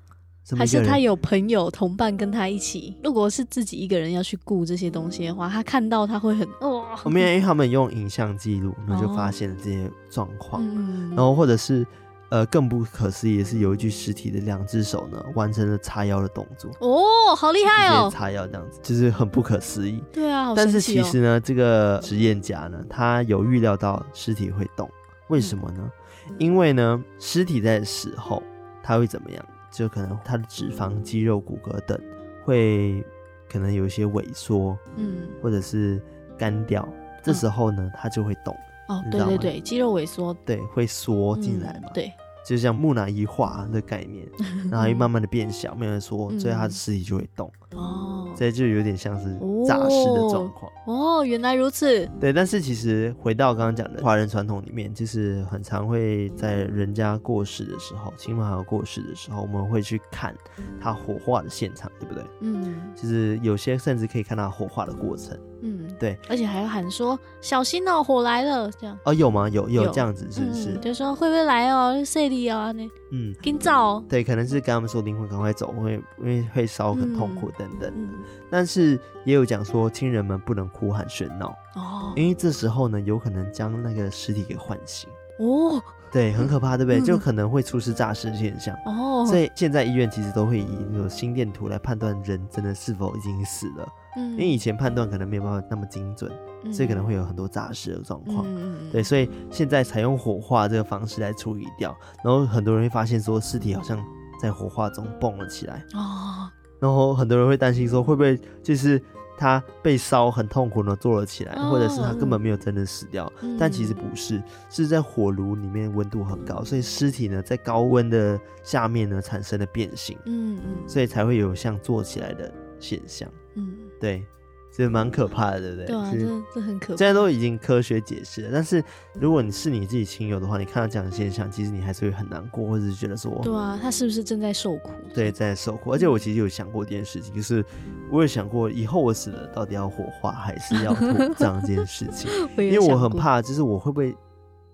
Speaker 1: 什么
Speaker 2: 还
Speaker 1: 一个
Speaker 2: 是他
Speaker 1: 人？
Speaker 2: 有朋友同伴跟他一起？如果是自己一个人要去顾这些东西的话，他看到他会很哦，
Speaker 1: 我们因为他们用影像记录，然后就
Speaker 2: 哦
Speaker 1: 发现了这些状况，
Speaker 2: 嗯，嗯
Speaker 1: 然后或者是。呃，更不可思议的是，有一具尸体的两只手呢，完成了叉腰的动作，
Speaker 2: 哦，好厉害
Speaker 1: 直接
Speaker 2: 哦，
Speaker 1: 叉腰这样子，就是很不可思议。
Speaker 2: 对啊，好
Speaker 1: 但是
Speaker 2: 神奇
Speaker 1: 其
Speaker 2: 哦
Speaker 1: 实呢，这个实验家呢，他有预料到尸体会动，为什么呢？
Speaker 2: 嗯
Speaker 1: 因为呢，尸体在死后，它会怎么样？就可能它的脂肪、肌肉、骨骼等会可能有一些萎缩
Speaker 2: 嗯，
Speaker 1: 或者是干掉，这时候呢，它就会动，
Speaker 2: 哦，
Speaker 1: 你知
Speaker 2: 对
Speaker 1: 道
Speaker 2: 对
Speaker 1: 吗
Speaker 2: 对，肌肉萎缩
Speaker 1: 对，会缩进
Speaker 2: 嗯
Speaker 1: 来嘛，，
Speaker 2: 对，
Speaker 1: 就像木乃伊化的概 念，然后又慢慢的变小，慢慢地缩，
Speaker 2: 嗯
Speaker 1: 所以它的尸体就会动，
Speaker 2: 哦
Speaker 1: 所以就有点像是诈尸的状况。
Speaker 2: 哦，原来如此，
Speaker 1: 对，但是其实回到刚刚讲的华人传统里面，就是很常会在人家过世的时候，亲朋好友过世的时候，我们会去看他火化的现场，对不对？
Speaker 2: 嗯
Speaker 1: 就是有些甚至可以看他火化的过程。
Speaker 2: 嗯，
Speaker 1: 对，
Speaker 2: 而且还要喊说小心哦，火来了，这样。
Speaker 1: 哦，有吗？有有
Speaker 2: 有
Speaker 1: 这样子，是不是？
Speaker 2: 嗯、就说会不会来哦，睡里哦，你
Speaker 1: 嗯，
Speaker 2: 紧走、哦。
Speaker 1: 对，可能是跟他们说灵魂赶快走，会因为会烧很痛苦等等。
Speaker 2: 嗯，
Speaker 1: 但是也有讲说，亲人们不能哭喊喧闹，
Speaker 2: 哦
Speaker 1: 因为这时候呢，有可能将那个尸体给唤醒。
Speaker 2: 哦
Speaker 1: 对，很可怕，对不对？
Speaker 2: 嗯
Speaker 1: 就可能会出事诈尸现象。
Speaker 2: 哦，
Speaker 1: 所
Speaker 2: 以
Speaker 1: 以现在医院其实都会以那种心电图来判断人真的是否已经死了，
Speaker 2: 因
Speaker 1: 因为以前判断可能没有办法那么精准，所以可能会有很多诈尸的状况。
Speaker 2: 嗯嗯
Speaker 1: 对，所以现在采用火化这个方式来处理掉，然后很多人会发现说尸体好像在火化中蹦了起来，
Speaker 2: 哦，
Speaker 1: 然后很多人会担心说会不会就是他被烧很痛苦的坐了起来，
Speaker 2: 哦
Speaker 1: 或者是他根本没有真的死掉，
Speaker 2: 嗯
Speaker 1: 但其实不是，是在火炉里面温度很
Speaker 2: 嗯
Speaker 1: 高，所以尸体呢在高温的下面呢产生了变形，
Speaker 2: 嗯嗯
Speaker 1: 所以才会有像坐起来的现象。
Speaker 2: 嗯，
Speaker 1: 对，所以蛮可怕的，对不对？
Speaker 2: 对啊，
Speaker 1: 就
Speaker 2: 这
Speaker 1: 是
Speaker 2: 这很可怕
Speaker 1: 现。在都已经科学解释了，但是如果你是你自己亲友的话，你看到这样的现象，其实你还是会很难过，或者是觉得说，
Speaker 2: 对啊，他是不是正在受苦？
Speaker 1: 对，在受苦。而且我其实有想过一件事情，就是我有想过以后我死了到底要火化还是 要土葬这件事情，
Speaker 2: 我也
Speaker 1: 因为
Speaker 2: 有
Speaker 1: 我
Speaker 2: 想
Speaker 1: 很
Speaker 2: 过，
Speaker 1: 怕，就是我会不会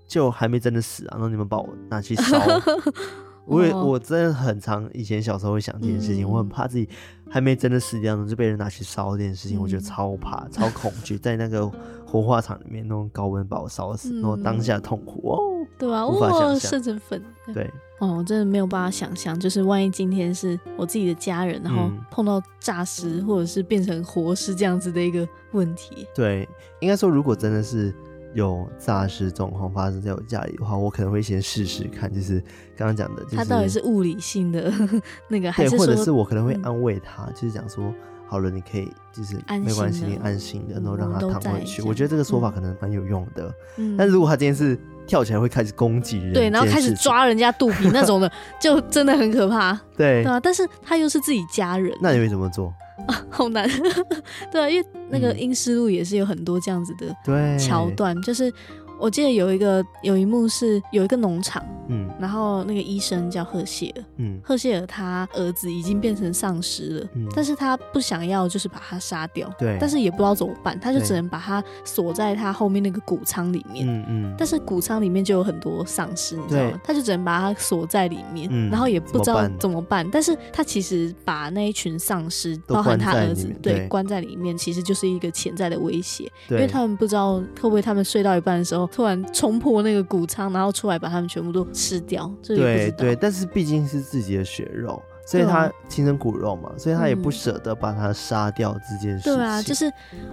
Speaker 1: 就还没真的死啊，然后你们把我拿去 烧。我也
Speaker 2: 哦
Speaker 1: 我真的很常以前小时候会想这件事情，
Speaker 2: 嗯
Speaker 1: 我很怕自己还没真的死掉呢就被人拿去烧这件事情，我觉得
Speaker 2: 嗯
Speaker 1: 超怕、超恐惧，在那个火化场里面那种高温把我烧死，然后当
Speaker 2: 嗯
Speaker 1: 下痛苦哦，
Speaker 2: 对啊，
Speaker 1: 无法想
Speaker 2: 哇，
Speaker 1: 象
Speaker 2: 射成粉。
Speaker 1: 对，
Speaker 2: 哦，我真的没有办法想象，就是万一今天是我自己的家人，然后
Speaker 1: 嗯
Speaker 2: 碰到诈尸，或者是变成活尸这样子的一个问题。
Speaker 1: 对，应该说，如果真的是有诈尸状况发生在我家里的话，我可能会先试试看，就是刚刚讲的，就是
Speaker 2: 他到底是物理性的 那个，还
Speaker 1: 对，
Speaker 2: 是
Speaker 1: 或者
Speaker 2: 说
Speaker 1: 是我可能会
Speaker 2: 嗯
Speaker 1: 安慰他，就是讲说，好了，你可以就是
Speaker 2: 安
Speaker 1: 没关系，
Speaker 2: 心
Speaker 1: 你
Speaker 2: 了
Speaker 1: 安心的，
Speaker 2: 嗯
Speaker 1: 然后让
Speaker 2: 我
Speaker 1: 他
Speaker 2: 都
Speaker 1: 躺回
Speaker 2: 在
Speaker 1: 去。
Speaker 2: 这
Speaker 1: 我觉得
Speaker 2: 样
Speaker 1: 这个说法
Speaker 2: 嗯
Speaker 1: 可能蛮有用的，
Speaker 2: 嗯
Speaker 1: 但是如果他今天是跳起来会开始攻击人，
Speaker 2: 对，然后开始，抓人家肚皮那 种的，就真的很可怕，
Speaker 1: 对
Speaker 2: 对，啊，但是他又是自己家人，
Speaker 1: 那你会怎么做？
Speaker 2: 好难， 对啊，因为那个《
Speaker 1: 嗯
Speaker 2: 阴尸路》也是有很多这样子的
Speaker 1: 对，
Speaker 2: 桥，段，就是我记得有一个有一幕是有一个农场，
Speaker 1: 嗯
Speaker 2: 然后那个医生叫赫谢尔，
Speaker 1: 嗯
Speaker 2: 赫谢尔他儿子已经变成丧尸了，
Speaker 1: 嗯，
Speaker 2: 但
Speaker 1: 是
Speaker 2: 是他不想要就是把他杀掉，
Speaker 1: 对，
Speaker 2: 但
Speaker 1: 是
Speaker 2: 是也不知道怎么办，他就
Speaker 1: 对
Speaker 2: 只能把他锁在他后面那个谷仓里面。
Speaker 1: 嗯嗯，
Speaker 2: 但是谷仓里面就有很多丧尸，你知道
Speaker 1: 对
Speaker 2: 吗？他就只能把它锁在里面，
Speaker 1: 嗯
Speaker 2: 然后也不知
Speaker 1: 怎
Speaker 2: 道
Speaker 1: 么办
Speaker 2: 怎么办。但是他其实把那一群丧尸，
Speaker 1: 都
Speaker 2: 包含他
Speaker 1: 关在
Speaker 2: 儿子
Speaker 1: 里面，对
Speaker 2: 对，关在里面，其实就是一个潜在的威胁，因
Speaker 1: 对，
Speaker 2: 为他们不知道会不会他们睡到一半的时候，突然冲破那个谷仓，然后出来把他们全部都吃掉，这也
Speaker 1: 对
Speaker 2: 不知
Speaker 1: 对，
Speaker 2: 道。
Speaker 1: 但是毕竟是自己的血肉，所以
Speaker 2: 对啊
Speaker 1: 他亲生骨肉嘛，所以他也不
Speaker 2: 嗯
Speaker 1: 舍得把他杀掉这件事情。
Speaker 2: 对啊，就是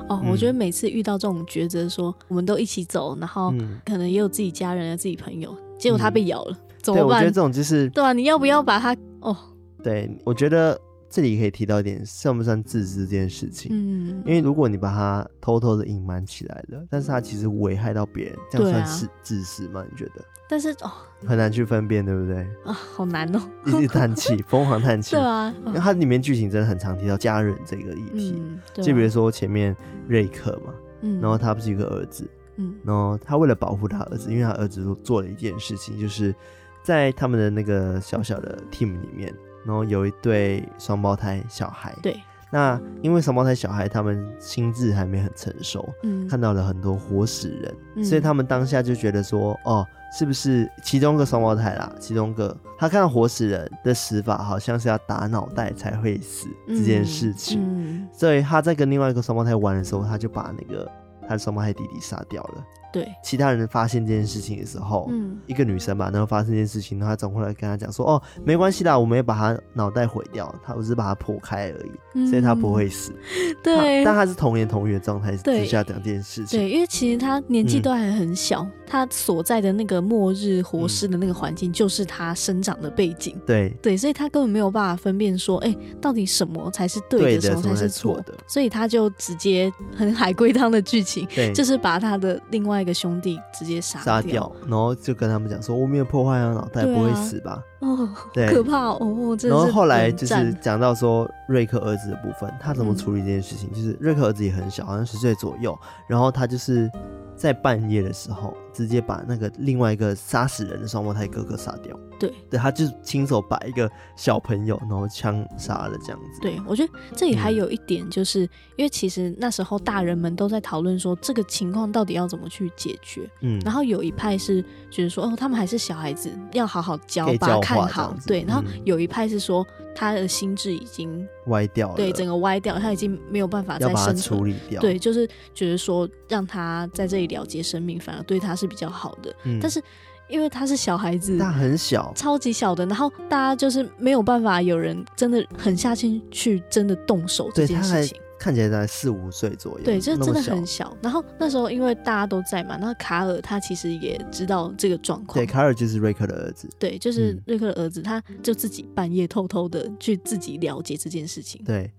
Speaker 2: 哦，
Speaker 1: 嗯
Speaker 2: 我觉得每次遇到这种抉择，说我们都一起走，然后
Speaker 1: 嗯，
Speaker 2: 可能也有自己家人、有啊自己朋友，结果他
Speaker 1: 嗯
Speaker 2: 被咬了，怎
Speaker 1: 对，
Speaker 2: 么
Speaker 1: 我觉得
Speaker 2: 办
Speaker 1: 这？种就是
Speaker 2: 对啊，你要不要把他？哦，
Speaker 1: 对，我觉得这里可以提到一点，算不算自私这件事情？
Speaker 2: 嗯，
Speaker 1: 因为如果你把它偷偷的隐瞒起来了，但是它其实危害到别人，这样
Speaker 2: 对
Speaker 1: 算
Speaker 2: 啊
Speaker 1: 是自私吗？你觉得
Speaker 2: 但是哦
Speaker 1: 很难去分辨，对不对？
Speaker 2: 啊，好难哦。
Speaker 1: 一直叹 气，疯狂叹气
Speaker 2: 对。啊，
Speaker 1: 因
Speaker 2: 啊
Speaker 1: 为它里面剧情真的很常提到家人这个议题，
Speaker 2: 嗯，对啊，
Speaker 1: 就比如说前面瑞克嘛，
Speaker 2: 嗯，
Speaker 1: 然后他不是有个儿子，
Speaker 2: 嗯
Speaker 1: 然后他为了保护他儿子，因为他儿子做了一件事情，就是在他们的那个小小的 team 里面，然后有一对双胞胎小孩。
Speaker 2: 对，
Speaker 1: 那因为双胞胎小孩他们心智还没很成熟，
Speaker 2: 嗯，
Speaker 1: 看到了很多活死人，
Speaker 2: 嗯
Speaker 1: 所以他们当下就觉得说，哦，是不是其中一个双胞胎啦？其中一个他看到活死人的死法好像是要打脑袋才会死这件事情，
Speaker 2: 嗯，
Speaker 1: 所以他在跟另外一个双胞胎玩的时候，他就把那个他的双胞胎弟弟杀掉了。
Speaker 2: 嗯对，
Speaker 1: 其他人发现这件事情的时候，
Speaker 2: 嗯，
Speaker 1: 一个女生吧，然后发生这件事情，然后她转过来跟他讲说：“哦，没关系啦，我没有把她脑袋毁掉，她我只是把它破开而已，所以她不会死。
Speaker 2: 嗯。
Speaker 1: 她
Speaker 2: 对
Speaker 1: 但她是童言童语的状态之
Speaker 2: 对
Speaker 1: 下讲这件事情。
Speaker 2: 对，因为其实他年纪
Speaker 1: 嗯
Speaker 2: 都还很小，他所在的那个末日
Speaker 1: 嗯
Speaker 2: 活尸的那个环境，就是他生长的背景。
Speaker 1: 对
Speaker 2: 对，所以他根本没有办法分辨说，哎、到底什么才是
Speaker 1: 对
Speaker 2: 对
Speaker 1: 的
Speaker 2: 的，什么
Speaker 1: 什么
Speaker 2: 才
Speaker 1: 才
Speaker 2: 是
Speaker 1: 是错
Speaker 2: 错
Speaker 1: 的
Speaker 2: 所以他就直接很海龟汤的剧情，
Speaker 1: 对，
Speaker 2: 就是把他的另外一个兄弟直接杀
Speaker 1: 杀掉，然后就跟他们讲说：“我没有破坏她的脑袋，
Speaker 2: 对啊
Speaker 1: 不会死吧
Speaker 2: 哦，？”
Speaker 1: 对。
Speaker 2: 可怕哦，哦真
Speaker 1: 然
Speaker 2: 的
Speaker 1: 后
Speaker 2: 是
Speaker 1: 后来
Speaker 2: 冷
Speaker 1: 就是
Speaker 2: 战
Speaker 1: 讲到说瑞克儿子的部分，他怎么
Speaker 2: 嗯
Speaker 1: 处理这件事情？就是瑞克儿子也很小，好像十岁左右，然后他就是在半夜的时候直接把那个另外一个杀死人的双胞胎哥哥杀掉。
Speaker 2: 对
Speaker 1: 对，他就亲手把一个小朋友然后枪杀了这样子。
Speaker 2: 对，我觉得这里还
Speaker 1: 嗯
Speaker 2: 有一点，就是、因为其实那时候大人们都在讨论说这个情况到底要怎么去解决，
Speaker 1: 嗯，
Speaker 2: 然后有一派是觉得说哦，他们还是小孩子，要好好教
Speaker 1: 可以，
Speaker 2: 把
Speaker 1: 教
Speaker 2: 他
Speaker 1: 化
Speaker 2: 看
Speaker 1: 这样
Speaker 2: 好
Speaker 1: 子。
Speaker 2: 对，然后
Speaker 1: 嗯
Speaker 2: 有一派是说他的心智已经
Speaker 1: 歪掉了，
Speaker 2: 对整个歪掉，他已经没有办法
Speaker 1: 要
Speaker 2: 再
Speaker 1: 把它
Speaker 2: 生
Speaker 1: 处
Speaker 2: 存。
Speaker 1: 理掉。
Speaker 2: 对，就是觉得说让他在这里了结生命，反而对他是比较好的。
Speaker 1: 嗯，
Speaker 2: 但是因为他是小孩子，
Speaker 1: 但很小，
Speaker 2: 超级小的，然后大家就是没有办法，有人真的狠下心去真的动手这
Speaker 1: 对
Speaker 2: 件
Speaker 1: 他
Speaker 2: 事
Speaker 1: 才
Speaker 2: 情。
Speaker 1: 看起来才四五岁左右，
Speaker 2: 对，就是
Speaker 1: 那么
Speaker 2: 真的
Speaker 1: 小
Speaker 2: 很。小。然后那时候因为大家都在嘛，那卡尔他其实也知道这个状况
Speaker 1: 对，，卡尔就是瑞克的儿子。
Speaker 2: 对，就是
Speaker 1: 嗯
Speaker 2: 瑞克的儿子，他就自己半夜偷偷的去自己了解这件事情。
Speaker 1: 对，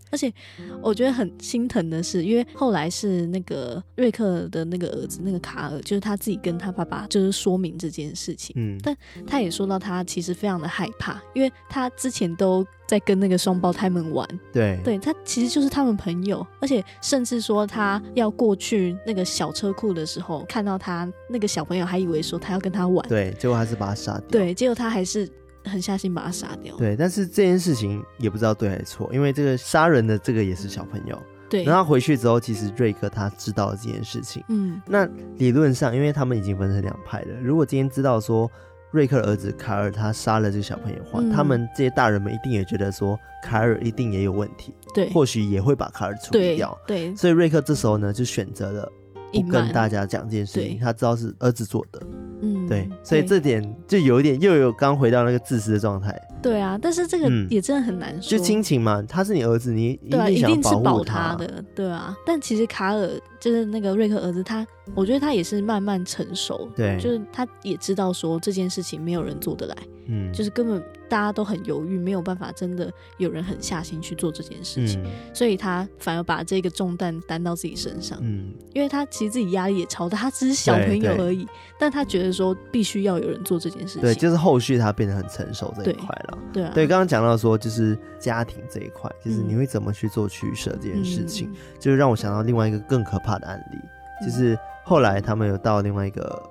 Speaker 2: 我觉得很心疼的是，因为后来是那个瑞克的那个儿子，那个卡尔，就是他自己跟他爸爸就是说明这件事情。
Speaker 1: 嗯，
Speaker 2: 但他也说到，他其实非常的害怕，因为他之前都在跟那个双胞胎们玩，
Speaker 1: 对，
Speaker 2: 对他其实就是他们朋友，而且甚至说他要过去那个小车库的时候，看到他那个小朋友，还以为说他要跟他玩，
Speaker 1: 对，结果还是把他杀掉。
Speaker 2: 对，结果他还是狠下心把他杀掉，
Speaker 1: 对，但是这件事情也不知道对还是错，因为这个杀人的这个也是小朋友。
Speaker 2: 对，
Speaker 1: 然后回去之后，其实瑞克他知道了这件事情。
Speaker 2: 嗯，
Speaker 1: 那理论上，因为他们已经分成两派了，如果今天知道说瑞克的儿子凯尔他杀了这个小朋友的话，
Speaker 2: 嗯
Speaker 1: 他们这些大人们一定也觉得说凯尔一定也有问题，
Speaker 2: 对，
Speaker 1: 或许也会把凯尔处理
Speaker 2: 对
Speaker 1: 掉。
Speaker 2: 对，
Speaker 1: 所以瑞克这时候呢，就选择了不
Speaker 2: 隐
Speaker 1: 跟
Speaker 2: 瞒
Speaker 1: 大家讲这件事情，
Speaker 2: 对
Speaker 1: 他知道是儿子做的，
Speaker 2: 嗯，
Speaker 1: 对，所以这点就有一点又有刚回到那个自私的状态，
Speaker 2: 对啊，但是这个
Speaker 1: 嗯
Speaker 2: 也真的很难说，
Speaker 1: 就亲情嘛，他是你儿子，你一
Speaker 2: 对啊，
Speaker 1: 定
Speaker 2: 一
Speaker 1: 想
Speaker 2: 定是
Speaker 1: 要保护
Speaker 2: 保他的，对啊。但其实卡尔就是那个瑞克儿子，他我觉得他也是慢慢成熟，
Speaker 1: 对
Speaker 2: 就是他也知道说这件事情没有人做得来，
Speaker 1: 嗯，
Speaker 2: 就是根本大家都很犹豫，没有办法真的有人狠下心去做这件事情，
Speaker 1: 嗯
Speaker 2: 所以他反而把这个重担担到自己身上，
Speaker 1: 嗯，
Speaker 2: 因为他其实自己压力也超大，他只是小
Speaker 1: 对
Speaker 2: 朋友
Speaker 1: 对
Speaker 2: 而已，但他觉得说必须要有人做这件事情，
Speaker 1: 对，就是后续他变得很成熟这一
Speaker 2: 对
Speaker 1: 块了。
Speaker 2: 对啊，
Speaker 1: 对，刚刚讲到说，就是家庭这一块，就是
Speaker 2: 嗯
Speaker 1: 你会怎么去做取舍这件
Speaker 2: 嗯
Speaker 1: 事情，，就是让我想到另外一个更可怕的案
Speaker 2: 嗯
Speaker 1: 例，就是后来他们有到另外一个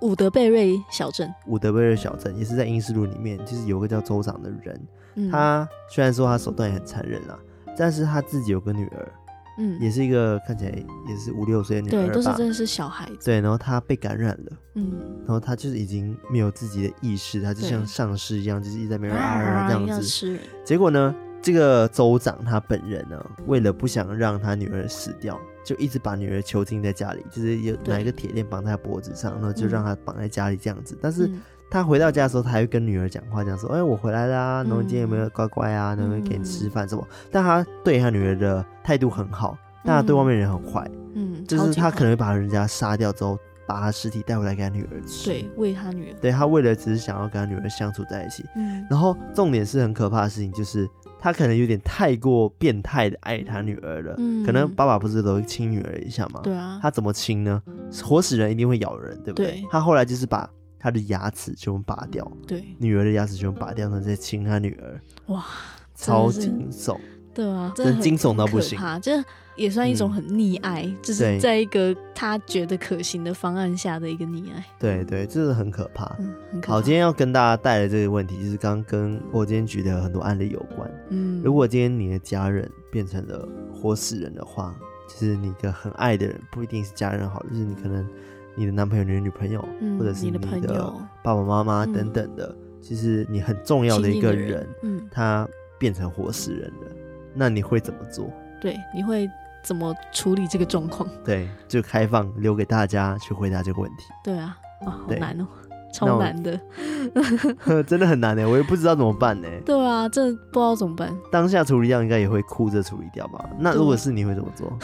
Speaker 2: 伍德贝瑞小镇，
Speaker 1: 伍德贝尔小镇，也是在英斯路里面，就是有个叫州长的人，
Speaker 2: 嗯，
Speaker 1: 他虽然说他手段也很残忍啦，但是他自己有个女儿，
Speaker 2: 嗯
Speaker 1: 也是一个看起来也是五六岁的女
Speaker 2: 对，
Speaker 1: 儿
Speaker 2: 都是
Speaker 1: 吧，
Speaker 2: 真的是小孩子，
Speaker 1: 对，然后他被感染了。
Speaker 2: 嗯。
Speaker 1: 然后他就是已经没有自己的意识，他就
Speaker 2: 对
Speaker 1: 像丧尸一样，就是一直在那边啊
Speaker 2: 啊
Speaker 1: 啊这样
Speaker 2: 要
Speaker 1: 子。
Speaker 2: 吃人，
Speaker 1: 结果呢，这个州长他本人呢，为了不想让他女儿死掉，就一直把女儿囚禁在家里，就是有
Speaker 2: 对
Speaker 1: 拿一个铁链绑在她脖子上，然后就
Speaker 2: 嗯
Speaker 1: 让她绑在家里这样子。但是
Speaker 2: 嗯
Speaker 1: 他回到家的时候，他还会跟女儿讲话，讲说：“哎，我回来啦，
Speaker 2: 嗯
Speaker 1: 然后今天有没有乖乖啊？能不能给你吃饭什么？”但他对他女儿的态度很好，但他对外面人很坏，
Speaker 2: 嗯，
Speaker 1: 就
Speaker 2: 超
Speaker 1: 是
Speaker 2: 级
Speaker 1: 他
Speaker 2: 快
Speaker 1: 可能会把人家杀掉之后，把他尸体带回来给他女儿吃。
Speaker 2: 对为他女儿，
Speaker 1: 对他为了只是想要跟他女儿相处在一起。
Speaker 2: 嗯，
Speaker 1: 然后重点是很可怕的事情，就是他可能有点太过变态的爱他女儿了。
Speaker 2: 嗯
Speaker 1: 可能爸爸不是都会亲女儿一下吗？
Speaker 2: 对啊，
Speaker 1: 他怎么亲呢？活死人一定会咬人，对不对？
Speaker 2: 对
Speaker 1: 他后来就是把他的牙齿全部拔掉，
Speaker 2: 对
Speaker 1: 女儿的牙齿全部拔掉，然后再亲他女儿，
Speaker 2: 哇，
Speaker 1: 超
Speaker 2: 真的是
Speaker 1: 惊悚。
Speaker 2: 对啊，
Speaker 1: 真
Speaker 2: 真的
Speaker 1: 的
Speaker 2: 很
Speaker 1: 惊悚到
Speaker 2: 很
Speaker 1: 不
Speaker 2: 可
Speaker 1: 行
Speaker 2: 怕这也算一种
Speaker 1: 嗯
Speaker 2: 很溺爱，就是
Speaker 1: 对
Speaker 2: 在一个他觉得可行的方案下的一个溺爱，
Speaker 1: 对对，这是很可怕。
Speaker 2: 嗯，很可怕。
Speaker 1: 好，今天要跟大家带来这个问题，就是刚刚跟我今天举的很多案例有关。
Speaker 2: 嗯，
Speaker 1: 如果今天你的家人变成了活死人的话，就是你的很爱的人，不一定是家人好了，就是你可能你的男朋友、你的女朋友，
Speaker 2: 嗯
Speaker 1: 或者是
Speaker 2: 你的
Speaker 1: 你
Speaker 2: 朋
Speaker 1: 的
Speaker 2: 友
Speaker 1: 爸爸妈妈
Speaker 2: 嗯
Speaker 1: 等等的，就是你很重要的一
Speaker 2: 亲近
Speaker 1: 个
Speaker 2: 的
Speaker 1: 人，
Speaker 2: 人，嗯，
Speaker 1: 他变成活死人了，那你会怎么做？
Speaker 2: 对，你会怎么处理这个状况。
Speaker 1: 对，就开放留给大家去回答这个问题，
Speaker 2: 对啊，哇，好
Speaker 1: 对
Speaker 2: 难哦、
Speaker 1: 那
Speaker 2: 超
Speaker 1: 我
Speaker 2: 难的。
Speaker 1: 真的很难欸呢，我也不知道怎么办欸呢。
Speaker 2: 对啊，这不知道怎么办。
Speaker 1: 当下处理掉应该也会哭着处理掉吧？那如果是你会怎么做？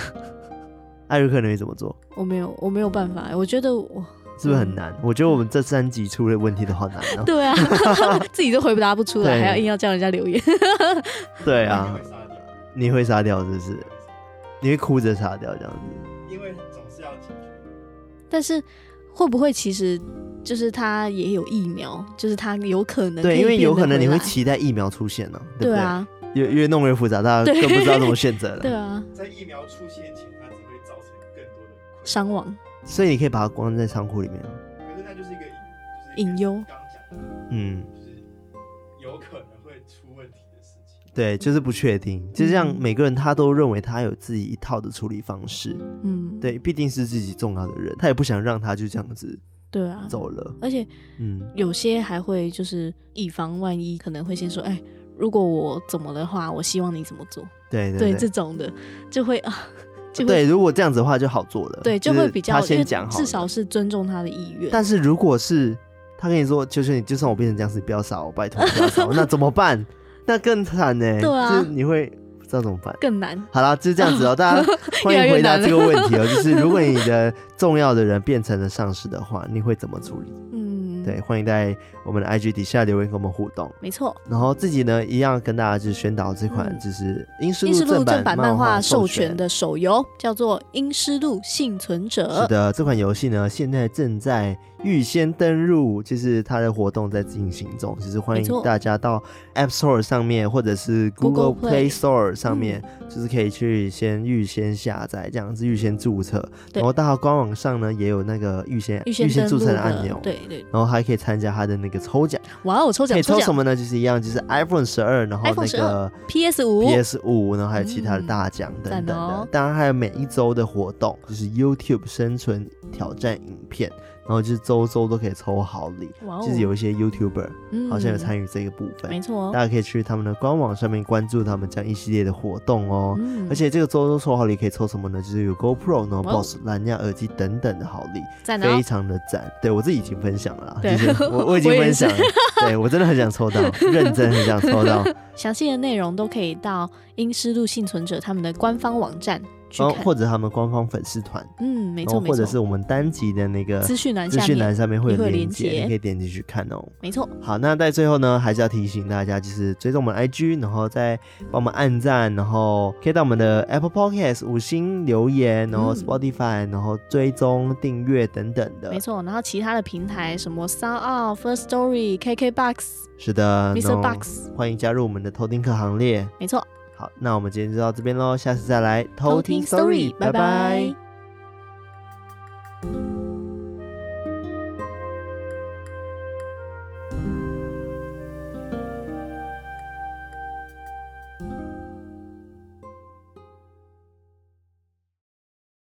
Speaker 1: 艾瑞克你会怎么做？
Speaker 2: 我没有，我没有办法。我觉 得我，
Speaker 1: 是不是很难？我觉得我们这三集出了问题的好难哦、
Speaker 2: 对啊， 自己都回答不出来，
Speaker 1: 对
Speaker 2: 还要硬要叫人家留言。
Speaker 1: 对啊，你会杀掉是不是？你会哭着杀掉这样子？
Speaker 3: 因为总是要解决。
Speaker 2: 但是会不会其实就是他也有疫苗，就是他有可能可
Speaker 1: 对，
Speaker 2: 以
Speaker 1: 因为有可能你
Speaker 2: 变得
Speaker 1: 会
Speaker 2: 回来
Speaker 1: 期待疫苗出现呢、对不
Speaker 2: 对
Speaker 1: 对？
Speaker 2: 啊，
Speaker 1: 越越弄越复杂，大家
Speaker 2: 对
Speaker 1: 更不知道怎么选择了。
Speaker 2: 对啊，
Speaker 3: 在疫苗出现前，它只会造成更多的困扰
Speaker 2: 伤亡
Speaker 1: 所以你可以把它关在仓库里面。
Speaker 3: 可是那就是一个就是一个
Speaker 2: 隐忧。
Speaker 3: 刚刚讲的，
Speaker 1: 嗯，
Speaker 3: 就是有可能会出问题的事情。
Speaker 1: 对，就是不确定。就像
Speaker 2: 嗯
Speaker 1: 每个人他都认为他有自己一套的处理方式，
Speaker 2: 嗯，
Speaker 1: 对，必定是自己重要的人，他也不想让他就这样子
Speaker 2: 对啊。
Speaker 1: 走了。
Speaker 2: 而且
Speaker 1: 嗯，
Speaker 2: 有些还会就是以防万一，可能会先说，哎、如果我怎么的话，我希望你怎么做。
Speaker 1: 对
Speaker 2: 对
Speaker 1: 对
Speaker 2: 这种的，就会啊，就会
Speaker 1: 对，如果这样子的话就好做了。
Speaker 2: 对，就是会比较
Speaker 1: 呃他
Speaker 2: 因为
Speaker 1: 先讲好了，
Speaker 2: 至少是尊重他的意愿。
Speaker 1: 但是如果是他跟你说，求求你，就算我变成这样子，你不要杀我，拜托你不要杀 我，那怎么办？那更惨呢、
Speaker 2: 对啊
Speaker 1: 就是你会不知道怎么办。
Speaker 2: 更难，
Speaker 1: 好啦，就是这样子哦、大家 欢
Speaker 2: 越来
Speaker 1: 迎
Speaker 2: 越
Speaker 1: 回答
Speaker 2: 难了
Speaker 1: 这个问题哦、就是如果你 的重要的人变成了丧尸的话，你会怎么处理？
Speaker 2: 嗯，
Speaker 1: 对，，欢迎在我们的 IG 底下留言跟我们互动。
Speaker 2: 没错。
Speaker 1: 然后自己呢，一样跟大家就是宣导这款
Speaker 2: 嗯
Speaker 1: 就是《英诗
Speaker 2: 英
Speaker 1: 路
Speaker 2: 诗路正版
Speaker 1: 版
Speaker 2: 漫
Speaker 1: 画
Speaker 2: 画授
Speaker 1: 权
Speaker 2: 权。的手游叫做《英诗路幸存者
Speaker 1: 是》，的，这款游戏呢，现在正在预先登入，就是它的活动在进行中，就是欢
Speaker 2: 没
Speaker 1: 迎
Speaker 2: 错
Speaker 1: 大家到 App Store 上面或者是
Speaker 2: Google
Speaker 1: Google Play
Speaker 2: Play 嗯
Speaker 1: Store 上面，就是可以去先预先下载，这样子预先注册，
Speaker 2: 对
Speaker 1: 然后到官网上呢也有那个预先
Speaker 2: 预先登
Speaker 1: 注
Speaker 2: 录
Speaker 1: 册
Speaker 2: 的
Speaker 1: 按钮，
Speaker 2: 对对，
Speaker 1: 然后还可以参加它的那个抽奖，
Speaker 2: 哇哦，抽
Speaker 1: 可
Speaker 2: 奖
Speaker 1: 以
Speaker 2: 抽
Speaker 1: 抽什
Speaker 2: 奖
Speaker 1: 么呢？就是一样，就是 iPhone 十二，然后
Speaker 2: iPhone
Speaker 1: 那个
Speaker 2: ，PS 五
Speaker 1: PS 五，然后还有其他的大奖等等的。
Speaker 2: 嗯赞哦
Speaker 1: 当然还有每一周的活动，就是 YouTube 生存挑战影片，然后就是周周都可以抽好礼。
Speaker 2: 哇哦，
Speaker 1: 就是有一些 YouTuber 好像有
Speaker 2: 与，
Speaker 1: 参与这个部分，
Speaker 2: 没错哦，
Speaker 1: 大家可以去他们的官网上面关注他们这样一系列的活动哦。
Speaker 2: 嗯
Speaker 1: 而且这个周周抽好礼可以抽什么呢？就是有 GoPro、然后
Speaker 2: 哇哦
Speaker 1: Boss 蓝牙耳机等等的好礼。
Speaker 2: 赞哦
Speaker 1: 非，常的赞，对我自己已经分享了啦，
Speaker 2: 对
Speaker 1: 就是我我已经
Speaker 2: 我也
Speaker 1: 分享了，对我真的很想抽 到，认真很想抽到，
Speaker 2: 详细的内容都可以到《英诗路幸存者》他们的官方网站去
Speaker 1: 然后呃
Speaker 2: 看。
Speaker 1: 哦或者他们官方粉丝团，
Speaker 2: 嗯，没
Speaker 1: 然
Speaker 2: 错
Speaker 1: 后
Speaker 2: 没
Speaker 1: 或者是
Speaker 2: 错，
Speaker 1: 我们单集的那个
Speaker 2: 资讯栏
Speaker 1: 资
Speaker 2: 下
Speaker 1: 讯栏
Speaker 2: 面
Speaker 1: 上面会有
Speaker 2: 也会有
Speaker 1: 链
Speaker 2: 连
Speaker 1: 接，
Speaker 2: 结
Speaker 1: 你可以点进去看哦。
Speaker 2: 没错，
Speaker 1: 好，那在最后呢，还是要提醒大家，就是追踪我们的 IG，然后再帮我们按赞，然后可以到我们的 Apple Podcast 五星留言，然后
Speaker 2: 嗯
Speaker 1: Spotify，、然后追踪订阅等等的
Speaker 2: 没。错。然后其他的平台什么 Sound、First Story、KKBox、
Speaker 1: 是的
Speaker 2: Mr.
Speaker 1: 然后
Speaker 2: Box，
Speaker 1: 欢迎加入我们的偷听课行列。
Speaker 2: 没错。
Speaker 1: 好，那我们今天就到这边喽，下次再来
Speaker 2: 偷听 Story，
Speaker 1: 拜
Speaker 2: 拜
Speaker 1: 拜
Speaker 2: 拜。